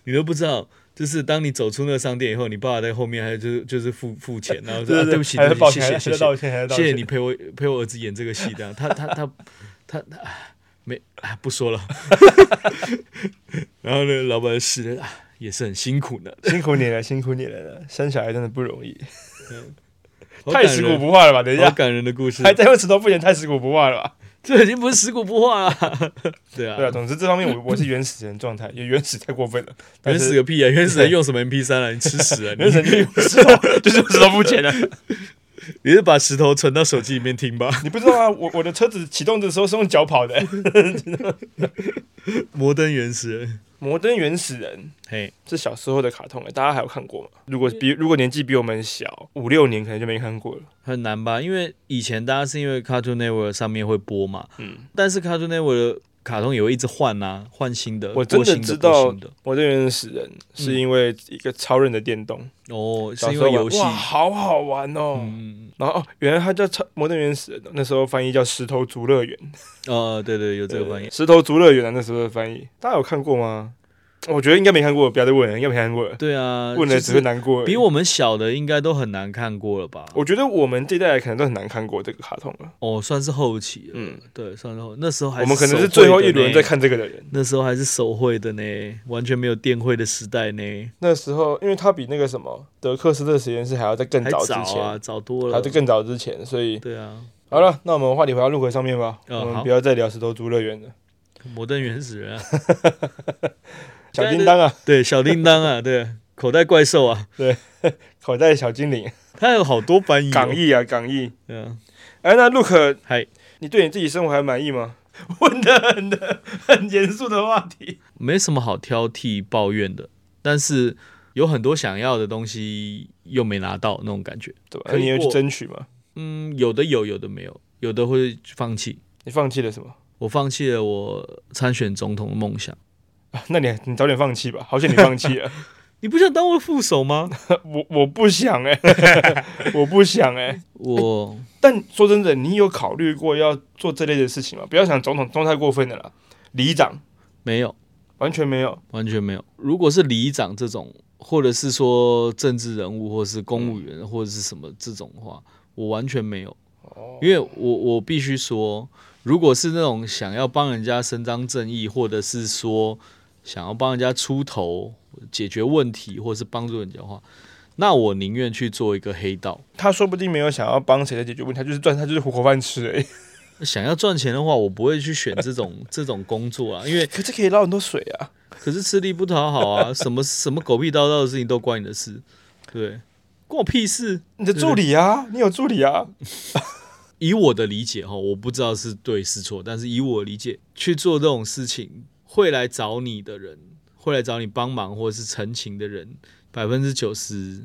Speaker 2: 你都不知道。就是当你走出那个商店以后，你爸爸在后面还有就是就是付付钱，然后说、啊、对不起，
Speaker 1: 还
Speaker 2: 对
Speaker 1: 在
Speaker 2: 不
Speaker 1: 抱
Speaker 2: 起，谢
Speaker 1: 歉，还
Speaker 2: 谢
Speaker 1: 在还在
Speaker 2: 谢谢
Speaker 1: 道，歉，还在道
Speaker 2: 谢
Speaker 1: 歉。
Speaker 2: 谢你陪我陪我儿子演这个戏，这样他他他他他唉没啊不说了。 然后呢，老板是的啊也是很辛苦的，
Speaker 1: 辛苦你了，辛苦你了，生小孩真的不容易，
Speaker 2: 好
Speaker 1: 太
Speaker 2: 感
Speaker 1: 食
Speaker 2: 人
Speaker 1: 古不化了吧？等一
Speaker 2: 好
Speaker 1: 下，
Speaker 2: 感人的故事，
Speaker 1: 还在用石头付钱，太食古不化 了吧？
Speaker 2: 这已经不是死骨不化了。 对啊，
Speaker 1: 对啊，总之这方面我我是原始人状态，也原始太过分了，但
Speaker 2: 原
Speaker 1: 是
Speaker 2: 始个屁啊！原始人用什么 MP 三啊？你吃屎啊！
Speaker 1: 原
Speaker 2: 你
Speaker 1: 始人就是用石 头，就是用石头付钱的。
Speaker 2: 你是把石头存到手机里面听吧？
Speaker 1: 你不知道吗？我我的车子启动的时候是用脚跑的、
Speaker 2: 摩登原始人，
Speaker 1: 摩登原始人
Speaker 2: 嘿，》
Speaker 1: 是小时候的卡通、欸，大家还有看过吗？如果比如果年纪比我们小五六年，可能就没看过了。
Speaker 2: 很难吧？因为以前大家是因为 Cartoon Network 上面会播嘛，
Speaker 1: 嗯，
Speaker 2: 但是 Cartoon Network 的卡通也会一直换啊，换新的，
Speaker 1: 我真
Speaker 2: 播
Speaker 1: 的
Speaker 2: 新
Speaker 1: 知
Speaker 2: 播
Speaker 1: 道
Speaker 2: 新的
Speaker 1: 摩登原始人是因为一个超人的电动，
Speaker 2: 哦，是
Speaker 1: 小时
Speaker 2: 因
Speaker 1: 候
Speaker 2: 为
Speaker 1: 玩
Speaker 2: 游戏
Speaker 1: 哇，，好好玩哦。
Speaker 2: 嗯，
Speaker 1: 然后哦，原来它叫超摩登原始人哦，那时候翻译叫石头族乐园。
Speaker 2: 呃，对对，有这个翻译
Speaker 1: 对，石头族乐园啊，那时候的翻译，大家有看过吗？我觉得应该没看过，不要再问了，应该没看过了，
Speaker 2: 对啊，
Speaker 1: 问了
Speaker 2: 就
Speaker 1: 只会
Speaker 2: 是
Speaker 1: 难过而已。
Speaker 2: 比我们小的应该都很难看过了吧？
Speaker 1: 我觉得我们这一代可能都很难看过这个卡通了。
Speaker 2: 哦，算是后期了，
Speaker 1: 嗯，
Speaker 2: 对，算是后那时候还
Speaker 1: 我们可能是
Speaker 2: 手绘
Speaker 1: 最后
Speaker 2: 的
Speaker 1: 一轮
Speaker 2: 呢
Speaker 1: 在看这个的人。
Speaker 2: 那时候还是手绘的呢，完全没有电绘的时代呢，
Speaker 1: 那时候，因为它比那个什么德克斯特实验室还要在更
Speaker 2: 还
Speaker 1: 早之
Speaker 2: 早
Speaker 1: 前，
Speaker 2: 啊，早多
Speaker 1: 还
Speaker 2: 了
Speaker 1: 要。在更早之前，所以
Speaker 2: 对啊，
Speaker 1: 好了，那我们话题回到路轨上面吧。
Speaker 2: 嗯
Speaker 1: 我
Speaker 2: 好
Speaker 1: 们不要再聊石头族乐园了，
Speaker 2: 摩登原始人啊，
Speaker 1: 小叮当啊，
Speaker 2: 对，小叮当啊，对，口袋怪兽啊，
Speaker 1: 口袋小精灵，
Speaker 2: 它有好多翻译、哦。
Speaker 1: 港，译啊，港译。
Speaker 2: 对啊，
Speaker 1: 哎，那 Look，
Speaker 2: 嗨，
Speaker 1: 你对你自己生活还满意吗？ 问的很的很严肃的话题。
Speaker 2: 没什么好挑剔抱怨的，但是有很多想要的东西又没拿到那种感觉。
Speaker 1: 对吧？
Speaker 2: 可以
Speaker 1: 你有去
Speaker 2: 过
Speaker 1: 争取吗？
Speaker 2: 嗯，有的有，有的没有，有的会放弃。
Speaker 1: 你放弃了什么？
Speaker 2: 我放弃了我参选总统的梦想。
Speaker 1: 啊那你你早点放弃吧，好险你放弃了。
Speaker 2: 你不想当我的副手吗？
Speaker 1: 我我不想哎、 我不想哎、
Speaker 2: 我
Speaker 1: 但说真的，你有考虑过要做这类的事情吗？不要想总统，总统太过分了啦。里长
Speaker 2: 没有。
Speaker 1: 完全没有，
Speaker 2: 完全没有。如果是里长这种，或者是说政治人物，或者是公务员，或者是什么这种的话，我完全没有。因为我我必须说，如果是那种想要帮人家伸张正义，或者是说想要帮人家出头、解决问题，或者是帮助人家的话，那我宁愿去做一个黑道。
Speaker 1: 他说不定没有想要帮谁来解决问题，他就是赚，他就是糊口饭吃而已。
Speaker 2: 想要赚钱的话，我不会去选这种这种工作啊，因为
Speaker 1: 可是可以捞很多水啊。
Speaker 2: 可是吃力不讨好啊， 什么什么狗屁叨叨的事情都关你的事，对，关我屁事。
Speaker 1: 你的助理啊，你有助理啊，
Speaker 2: 以我的理解哈，我不知道是对是错，但是以我理解去做这种事情，会来找你的人，会来找你帮忙或者是陈情的人，百分之九十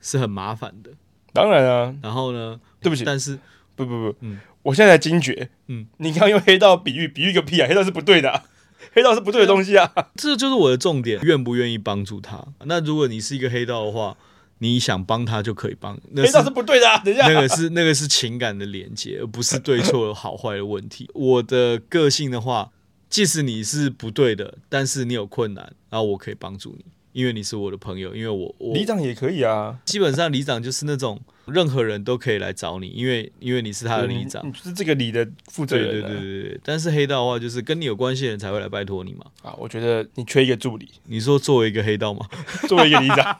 Speaker 2: 是很麻烦的。
Speaker 1: 当然啊，
Speaker 2: 然后呢，
Speaker 1: 对不起，
Speaker 2: 但是
Speaker 1: 不不不，
Speaker 2: 嗯
Speaker 1: 我现在才惊觉，
Speaker 2: 嗯，
Speaker 1: 你刚刚用黑道比喻，比喻个屁啊！黑道是不对的啊、黑道是不对的东西啊。
Speaker 2: 这就是我的重点，愿不愿意帮助他？那如果你是一个黑道的话，你想帮他就可以帮，那
Speaker 1: 黑道是不对的、啊。等一下，
Speaker 2: 那个是那个是情感的连接，而不是对错好坏的问题。 我的个性的话，即使你是不对的，但是你有困难，然后我可以帮助你，因为你是我的朋友，因为我我
Speaker 1: 里长也可以啊，
Speaker 2: 基本上里长就是那种任何人都可以来找你，因为因为你是他的
Speaker 1: 你
Speaker 2: 里啊长
Speaker 1: 你。就是这个里的负责
Speaker 2: 对
Speaker 1: 人、啊
Speaker 2: 对对对对，但是黑道的话，就是跟你有关系的人才会来拜托你嘛。
Speaker 1: 啊！我觉得你缺一个助理，
Speaker 2: 你说作为一个黑道嘛，
Speaker 1: 作为一个里长，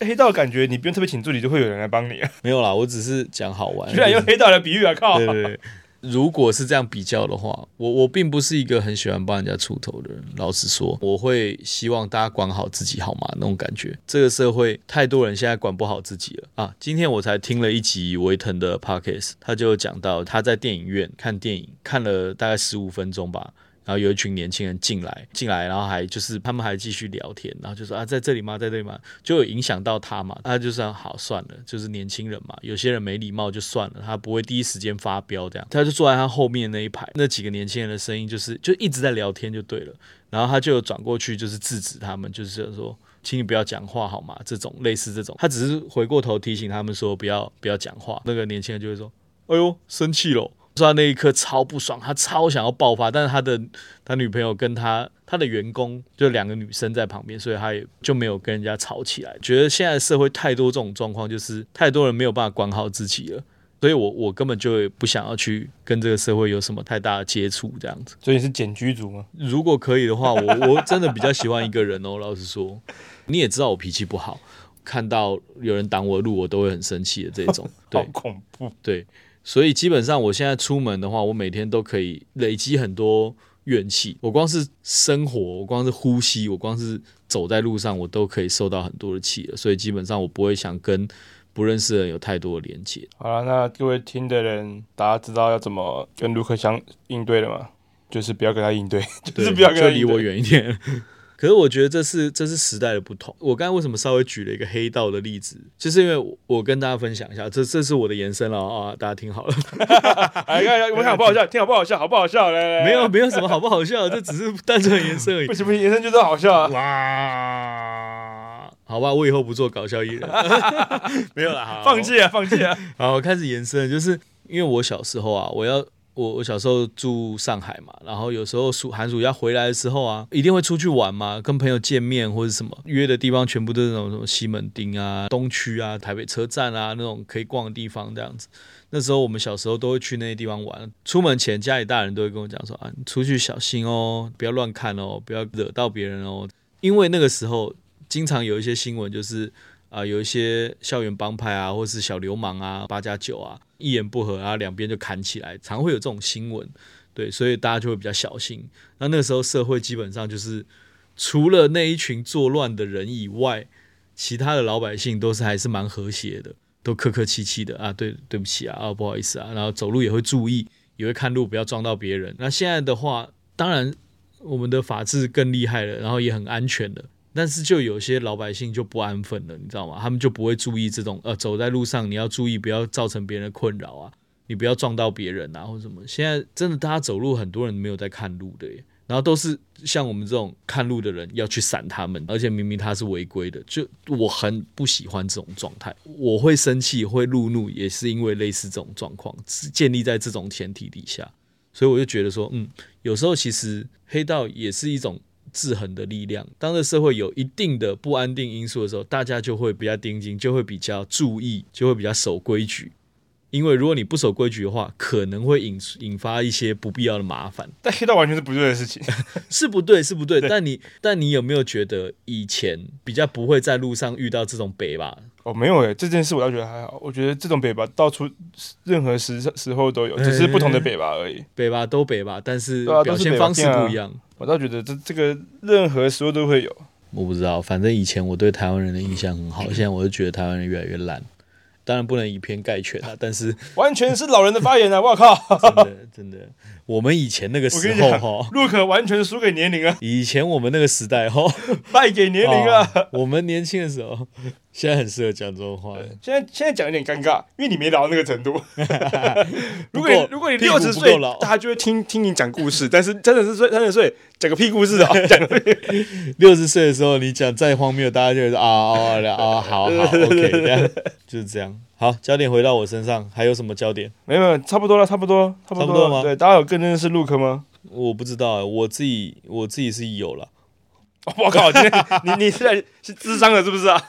Speaker 1: 黑道感觉你不用特别请助理，就会有人来帮你、啊。
Speaker 2: 没有啦，我只是讲好玩。
Speaker 1: 居然用黑道来比喻啊！靠，
Speaker 2: 哎对对对，哦如果是这样比较的话，我我并不是一个很喜欢帮人家出头的人。老实说，我会希望大家管好自己，啊好吗？那种感觉，这个社会太多人现在管不好自己了啊！今天我才听了一集维腾的 podcast，他就讲到他在电影院看电影，看了大概十五分钟吧。然后有一群年轻人进来，进来，然后还就是他们还继续聊天，然后就说啊，在这里吗？在这里吗？就有影响到他嘛，他就算好算了，就是年轻人嘛，有些人没礼貌就算了，他不会第一时间发飙这样，他就坐在他后面那一排，那几个年轻人的声音就是就一直在聊天就对了，然后他就有转过去就是制止他们，就是说。请你不要讲话好吗？这种类似这种，他只是回过头提醒他们说不要不要讲话。那个年轻人就会说：“哎呦，生气了。”说他那一刻超不爽，他超想要爆发，但是他的他女朋友跟他他的员工就两个女生在旁边，所以他也就没有跟人家吵起来。觉得现在社会太多这种状况，就是太多人没有办法管好自己了，所以我我根本就也不想要去跟这个社会有什么太大的接触。这样子，
Speaker 1: 所以你是简居族吗？
Speaker 2: 如果可以的话，我我真的比较喜欢一个人哦。老实说，你也知道我脾气不好，看到有人挡我的路，我都会很生气的这 种。对
Speaker 1: 好，恐怖！
Speaker 2: 对，所以基本上我现在出门的话，我每天都可以累积很多怨气。我光是生活，我光是呼吸，我光是走在路上，我都可以受到很多的气了。所以基本上我不会想跟不认识的人有太多的连接。
Speaker 1: 好了，那各位听的人，大家知道要怎么跟卢克相应对了吗？就是不要跟他应对，就是
Speaker 2: 对
Speaker 1: 不要跟
Speaker 2: 就
Speaker 1: 他
Speaker 2: 离
Speaker 1: 应
Speaker 2: 我
Speaker 1: 对。
Speaker 2: 远一点。 可是我觉得这是这是时代的不同。我刚才为什么稍微举了一个黑道的例子，就是因为我我跟大家分享一下，这这是我的延伸了啊，大家听好了。
Speaker 1: 哎，看看我想好不好笑，听好不好笑，好不好笑？来来来，
Speaker 2: 没有没有什么好不好笑的，这只是单纯的延伸而已
Speaker 1: 不。行不行，延伸就是好笑啊！
Speaker 2: 哇，好吧，我以后不做搞 笑艺人，没有啦，好
Speaker 1: 放。弃啊，放弃啊！
Speaker 2: 好，我开始延伸了，就是因为我小时候啊，我要。我我小时候住上海嘛，然后有时候暑寒暑假回来的时候啊，一定会出去玩嘛，跟朋友见面或者什么约的地方，全部都是那种什么西门町啊、东区啊、台北车站啊那种可以逛的地方这样子。那时候我们小时候都会去那些地方玩，出门前家里大人都会跟我讲说啊，你出去小心哦，不要乱看哦，不要惹到别人哦，因为那个时候经常有一些新闻，就是啊、有一些校园帮派啊，或是小流氓啊、八加九啊，一言不合啊，两边就砍起来，常会有这种新闻。对，所以大家就会比较小心。那那个时候社会基本上就是，除了那一群作乱的人以外，其他的老百姓都是还是蛮和谐的，都客客气气的啊，对，对不起啊，啊，不好意思啊，然后走路也会注意，也会看路，不要撞到别人。那现在的话，当然我们的法治更厉害了，然后也很安全了。但是就有些老百姓就不安分了，你知道吗？他们就不会注意这种呃，走在路上你要注意，不要造成别人的困扰啊，你不要撞到别人啊，或者什么。现在真的大家走路，很多人没有在看路的耶，然后都是像我们这种看路的人要去闪他们，而且明明他是违规的，就我很不喜欢这种状态，我会生气，会路怒，也是因为类似这种状况，是建立在这种前提底下，所以我就觉得说，嗯，有时候其实黑道也是一种制衡的力量。当这社会有一定的不安定因素的时候，大家就会比较盯紧，就会比较注意，就会比较守规矩。因为如果你不守规矩的话，可能会引引发一些不必要的麻烦，
Speaker 1: 但黑道完全是不对的事情。
Speaker 2: 是不对，是不对。但你但你有没有觉得以前比较不会在路上遇到这种北吧？
Speaker 1: 哦，没有诶，这件事我倒觉得还好。我觉得这种北吧，到处任何时时候都有，只是不同的北吧而已。
Speaker 2: 北吧都北吧，但是
Speaker 1: 对啊
Speaker 2: 表
Speaker 1: 都是
Speaker 2: 现
Speaker 1: 北吧
Speaker 2: 方式
Speaker 1: 片啊
Speaker 2: 不一样。
Speaker 1: 我倒觉得这这个任何时候都会有。
Speaker 2: 我不知道，反正以前我对台湾人的印象很好，现在我就觉得台湾人越来越烂。当然不能以偏概全 啊，但是
Speaker 1: 完全是老人的发言啊！我靠，
Speaker 2: 真的真的，我们以前那个
Speaker 1: 我跟
Speaker 2: 时
Speaker 1: 你
Speaker 2: 候
Speaker 1: 讲
Speaker 2: 哈，
Speaker 1: ，Look 完全输给年龄啊，
Speaker 2: 以前我们那个时代哈，
Speaker 1: 败给年龄 啊。
Speaker 2: 哦我们年轻的时候，现在很适合讲这种话。
Speaker 1: 现在现在讲有点尴尬，因为你没老到那个 程度。如果
Speaker 2: 不
Speaker 1: 你
Speaker 2: 够
Speaker 1: 如果你
Speaker 2: 屁股
Speaker 1: 六
Speaker 2: 不
Speaker 1: 十岁
Speaker 2: 够老，
Speaker 1: 大家就会听听你讲故事，但是真的是岁三十岁讲个屁故事 啊，讲个屁
Speaker 2: 六十岁的时候，你讲再荒谬，大家就会说啊啊啊 啊，好好，OK，这样就是这样。好，焦点回到我身上，还有什么焦点？
Speaker 1: 没有没有，差不多了，差不多，差不
Speaker 2: 差不多
Speaker 1: 多
Speaker 2: 吗
Speaker 1: 了。对，大家有更认识 Look 吗？
Speaker 2: 我不知道、欸，我自己我自己是有了。
Speaker 1: 哦 我靠，今天你你现在是智商了是不是 啊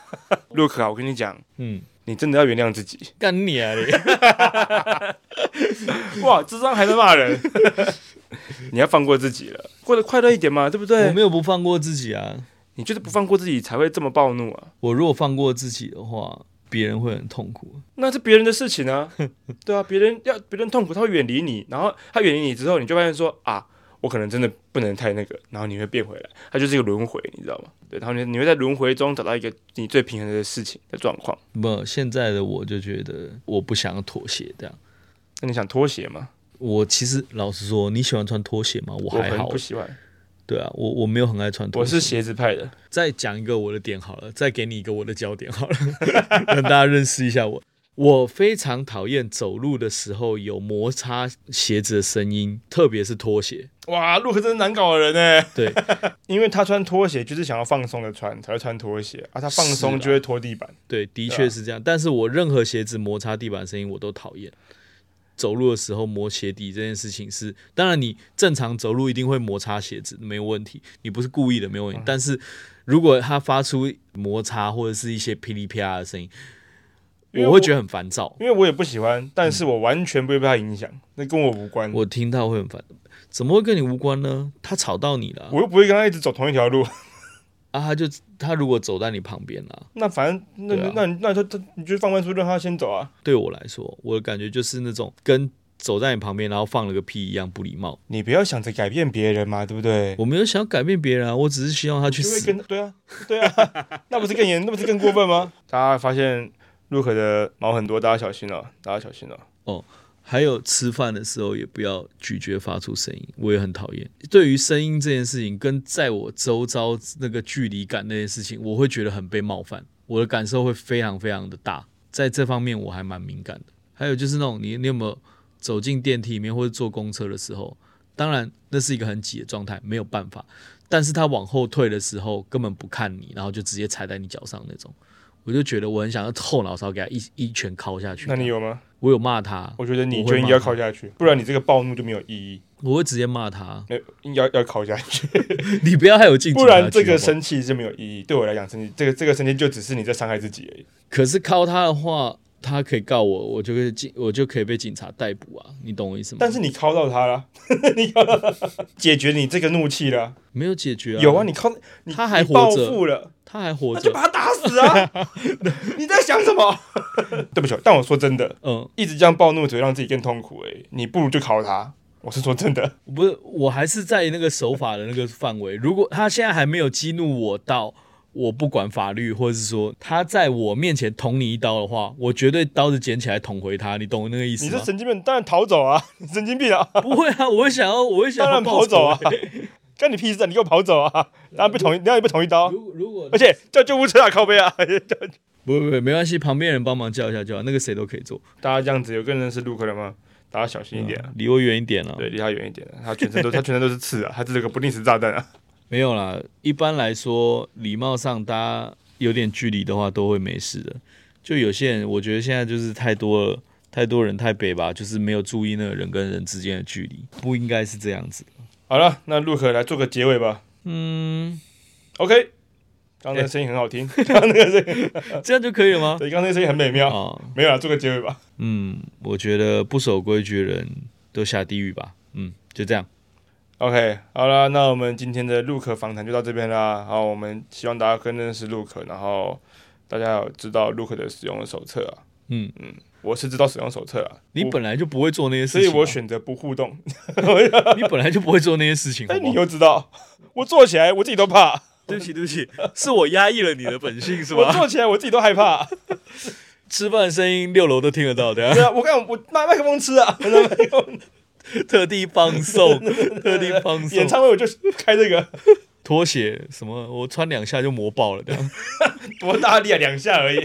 Speaker 1: ？Look 啊，我跟你讲，
Speaker 2: 嗯，
Speaker 1: 你真的要原谅自己。
Speaker 2: 干你 啊你！
Speaker 1: 哇，智商还在骂人， 你要放过自己了，过得快乐一点嘛，对不
Speaker 2: 我
Speaker 1: 对？
Speaker 2: 没有不放过自己啊，
Speaker 1: 你就是不放过自己才会这么暴怒啊，
Speaker 2: 我如果放过自己的话，别人会很痛苦。
Speaker 1: 那是别人的事情 啊，对啊，别人要别人痛苦，他会远离你，然后他远离你之后，你就发现说啊，我可能真的不能太那个，然后你会变回来，它就是一个轮回，你知道吗？对，然后你你会在轮回中找到一个你最平衡的事情的状况。
Speaker 2: 不，现在的我就觉得我不想妥协，这样。
Speaker 1: 那你想拖鞋吗？
Speaker 2: 我其实老实说，你喜欢穿拖鞋吗？我还
Speaker 1: 很
Speaker 2: 好
Speaker 1: 不，喜欢，
Speaker 2: 对啊，我我没有很爱穿拖
Speaker 1: 我
Speaker 2: 鞋。
Speaker 1: 是鞋子派的。
Speaker 2: 再讲一个我的点好了，再给你一个我的焦点好了， 让大家认识一下我。我非常讨厌走路的时候有摩擦鞋子的声音，特别是拖鞋。
Speaker 1: 哇，陆克真是难搞的人呢。
Speaker 2: 对，
Speaker 1: 因为他穿拖鞋就是想要放松的穿，才会穿拖鞋啊。他放
Speaker 2: 是
Speaker 1: 松
Speaker 2: 啊
Speaker 1: 就会拖地板。
Speaker 2: 对，的确是这样。但是我任何鞋子摩擦地板的声音我都讨厌。走路的时候磨鞋底这件事情是，当然你正常走路一定会摩擦鞋子，没有问题，你不是故意的，没有问题。但是如果它发出摩擦或者是一些噼里啪啦的声音，
Speaker 1: 因为
Speaker 2: 我会觉得很烦躁。
Speaker 1: 因为我也不喜欢，但是我完全不会被他影响，那跟我无关。我
Speaker 2: 我听到会很烦，怎么会跟你无关呢？他吵到你了啊
Speaker 1: 又不会跟他一直走同一条路。
Speaker 2: 啊，他就他如果走在你旁边了、
Speaker 1: 那反正那、
Speaker 2: 对啊
Speaker 1: 那那那就他你就放慢速度让他先走啊。
Speaker 2: 对我来说，我的感觉就是那种跟走在你旁边然后放了个屁一样不礼貌。
Speaker 1: 你不要想着改变别人嘛，对不对？
Speaker 2: 我没有想要改变别人啊，我只是希望他去
Speaker 1: 就会
Speaker 2: 死。
Speaker 1: 跟对啊对啊， 那不是更严，那不是更过分吗？大家发现陆可的毛很多，大家小心哦，大家小心哦。
Speaker 2: 还有吃饭的时候也不要咀嚼发出声音，我也很讨厌。对于声音这件事情，跟在我周遭那个距离感那件事情，我会觉得很被冒犯，我的感受会非常非常的大。在这方面我还蛮敏感的。还有就是那种你你有没有走进电梯里面或者坐公车的时候，当然那是一个很挤的状态，没有办法。但是他往后退的时候根本不看你，然后就直接踩在你脚上那种，我就觉得我很想要后脑勺给他一一拳敲下去。
Speaker 1: 那你有吗？
Speaker 2: 我有骂他，
Speaker 1: 我觉得你
Speaker 2: 我会
Speaker 1: 就应该要
Speaker 2: 骂
Speaker 1: 靠下去，不然你这个暴怒就没有意义。
Speaker 2: 我会直接骂他，
Speaker 1: 那应该要要靠下去，
Speaker 2: 你不要还有 进，
Speaker 1: 不然这个
Speaker 2: 生。
Speaker 1: 生气是没有意义。对我来讲，生气这个这个生气就只是你在伤害自己而已。
Speaker 2: 可是靠他的话，他可以告我，我就会警，我就可以被警察逮捕啊！你懂我意思吗？
Speaker 1: 但是你敲到他了， 你敲到他了，解决你这个怒气了。
Speaker 2: 没有解决啊。
Speaker 1: 有啊，，你敲你
Speaker 2: 他还
Speaker 1: 你报
Speaker 2: 活着
Speaker 1: 复了，
Speaker 2: 他还活
Speaker 1: 那就
Speaker 2: 着。
Speaker 1: 把他打死啊！ 你在想什么？ 对不起，但我说真的，
Speaker 2: 嗯，
Speaker 1: 一直这样暴怒只会让自己更痛苦、欸。你不如就考他。我是说真的，
Speaker 2: 不是，我还是在那个手法的那个范围。如果他现在还没有激怒我到我不管法律，或者是说他在我面前捅你一刀的话，我绝对刀子捡起来捅回他。你懂我那个意
Speaker 1: 你
Speaker 2: 思
Speaker 1: 是
Speaker 2: 吗？
Speaker 1: 神经病，当然逃走啊！ 你神经病啊！
Speaker 2: 不会啊，我会想要，我会想
Speaker 1: 当
Speaker 2: 要
Speaker 1: 然跑
Speaker 2: 报仇
Speaker 1: 走啊
Speaker 2: 欸！
Speaker 1: 干你屁事啊！你给我跑走啊！当然被捅一，当然被捅一刀，
Speaker 2: 如如果
Speaker 1: 而且叫救护车啊，靠背啊！
Speaker 2: 不不不没关系，旁边人帮忙叫一下就好，那个谁都可以做，
Speaker 1: 大家这样子有更认识陆克了吗？大家小心一点啊！
Speaker 2: 离我远一点啊。
Speaker 1: 对，离他远一点啊。他全身都他全身都是刺啊，他这是个不定时炸弹啊。
Speaker 2: 没有啦，一般来说，礼貌上大家有点距离的话，都会没事的。就有些人，我觉得现在就是太多了，太多人太北吧，就是没有注意那个人跟人之间的距离，不应该是这样子。
Speaker 1: 好了，那陆克来做个结尾吧。
Speaker 2: 嗯，
Speaker 1: OK，刚
Speaker 2: 哎
Speaker 1: 才声音很好听，刚刚那个声音，
Speaker 2: 呃这样就可以了吗？
Speaker 1: 对，刚才声音很美妙。
Speaker 2: 啊，
Speaker 1: 没有啦，做个结尾吧。
Speaker 2: 嗯，我觉得不守规矩的人都下地狱吧。嗯，就这样。
Speaker 1: OK，好啦，那我们今天的陆可访谈就到这边啦。好，我们希望大家更认识陆可，然后大家有知道陆可的使用的手册啊。
Speaker 2: 嗯，
Speaker 1: 我是知道使用手册啊，
Speaker 2: 你
Speaker 1: 我
Speaker 2: 本来就不会做那些
Speaker 1: 所
Speaker 2: 事
Speaker 1: 以
Speaker 2: 情啊、
Speaker 1: 我选择不互动。
Speaker 2: 你本来就不会做那些事情，好
Speaker 1: 但
Speaker 2: 不好
Speaker 1: 你又知道，我做起来我自己都怕，
Speaker 2: 对不起，对不起，是我压抑了你的本性 是
Speaker 1: 我做起来我自己都害怕。
Speaker 2: 吃饭的声音六楼都听得到的，
Speaker 1: 对啊，我看我拿麦克风吃 啊，拿麦克风
Speaker 2: 特地放 送，特地放送
Speaker 1: 演。唱会我就开这个，
Speaker 2: 拖鞋什么，我穿两下就磨爆了，这样
Speaker 1: 多大力啊，两下而已，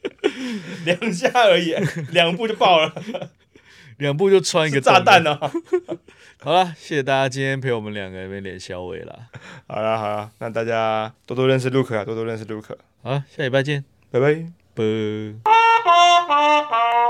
Speaker 1: 两下而已，两步就爆了，
Speaker 2: 两步就穿一个
Speaker 1: 是炸
Speaker 2: 洞了
Speaker 1: 弹呢、啊。
Speaker 2: 好了，谢谢大家今天陪我们两个人在那边脸消委啦。
Speaker 1: 好啦好啦，那大家多多认识 Luke 啊，多多认识 Luke，
Speaker 2: 好，下礼拜见，
Speaker 1: 拜拜。
Speaker 2: 啵。
Speaker 3: Thank you.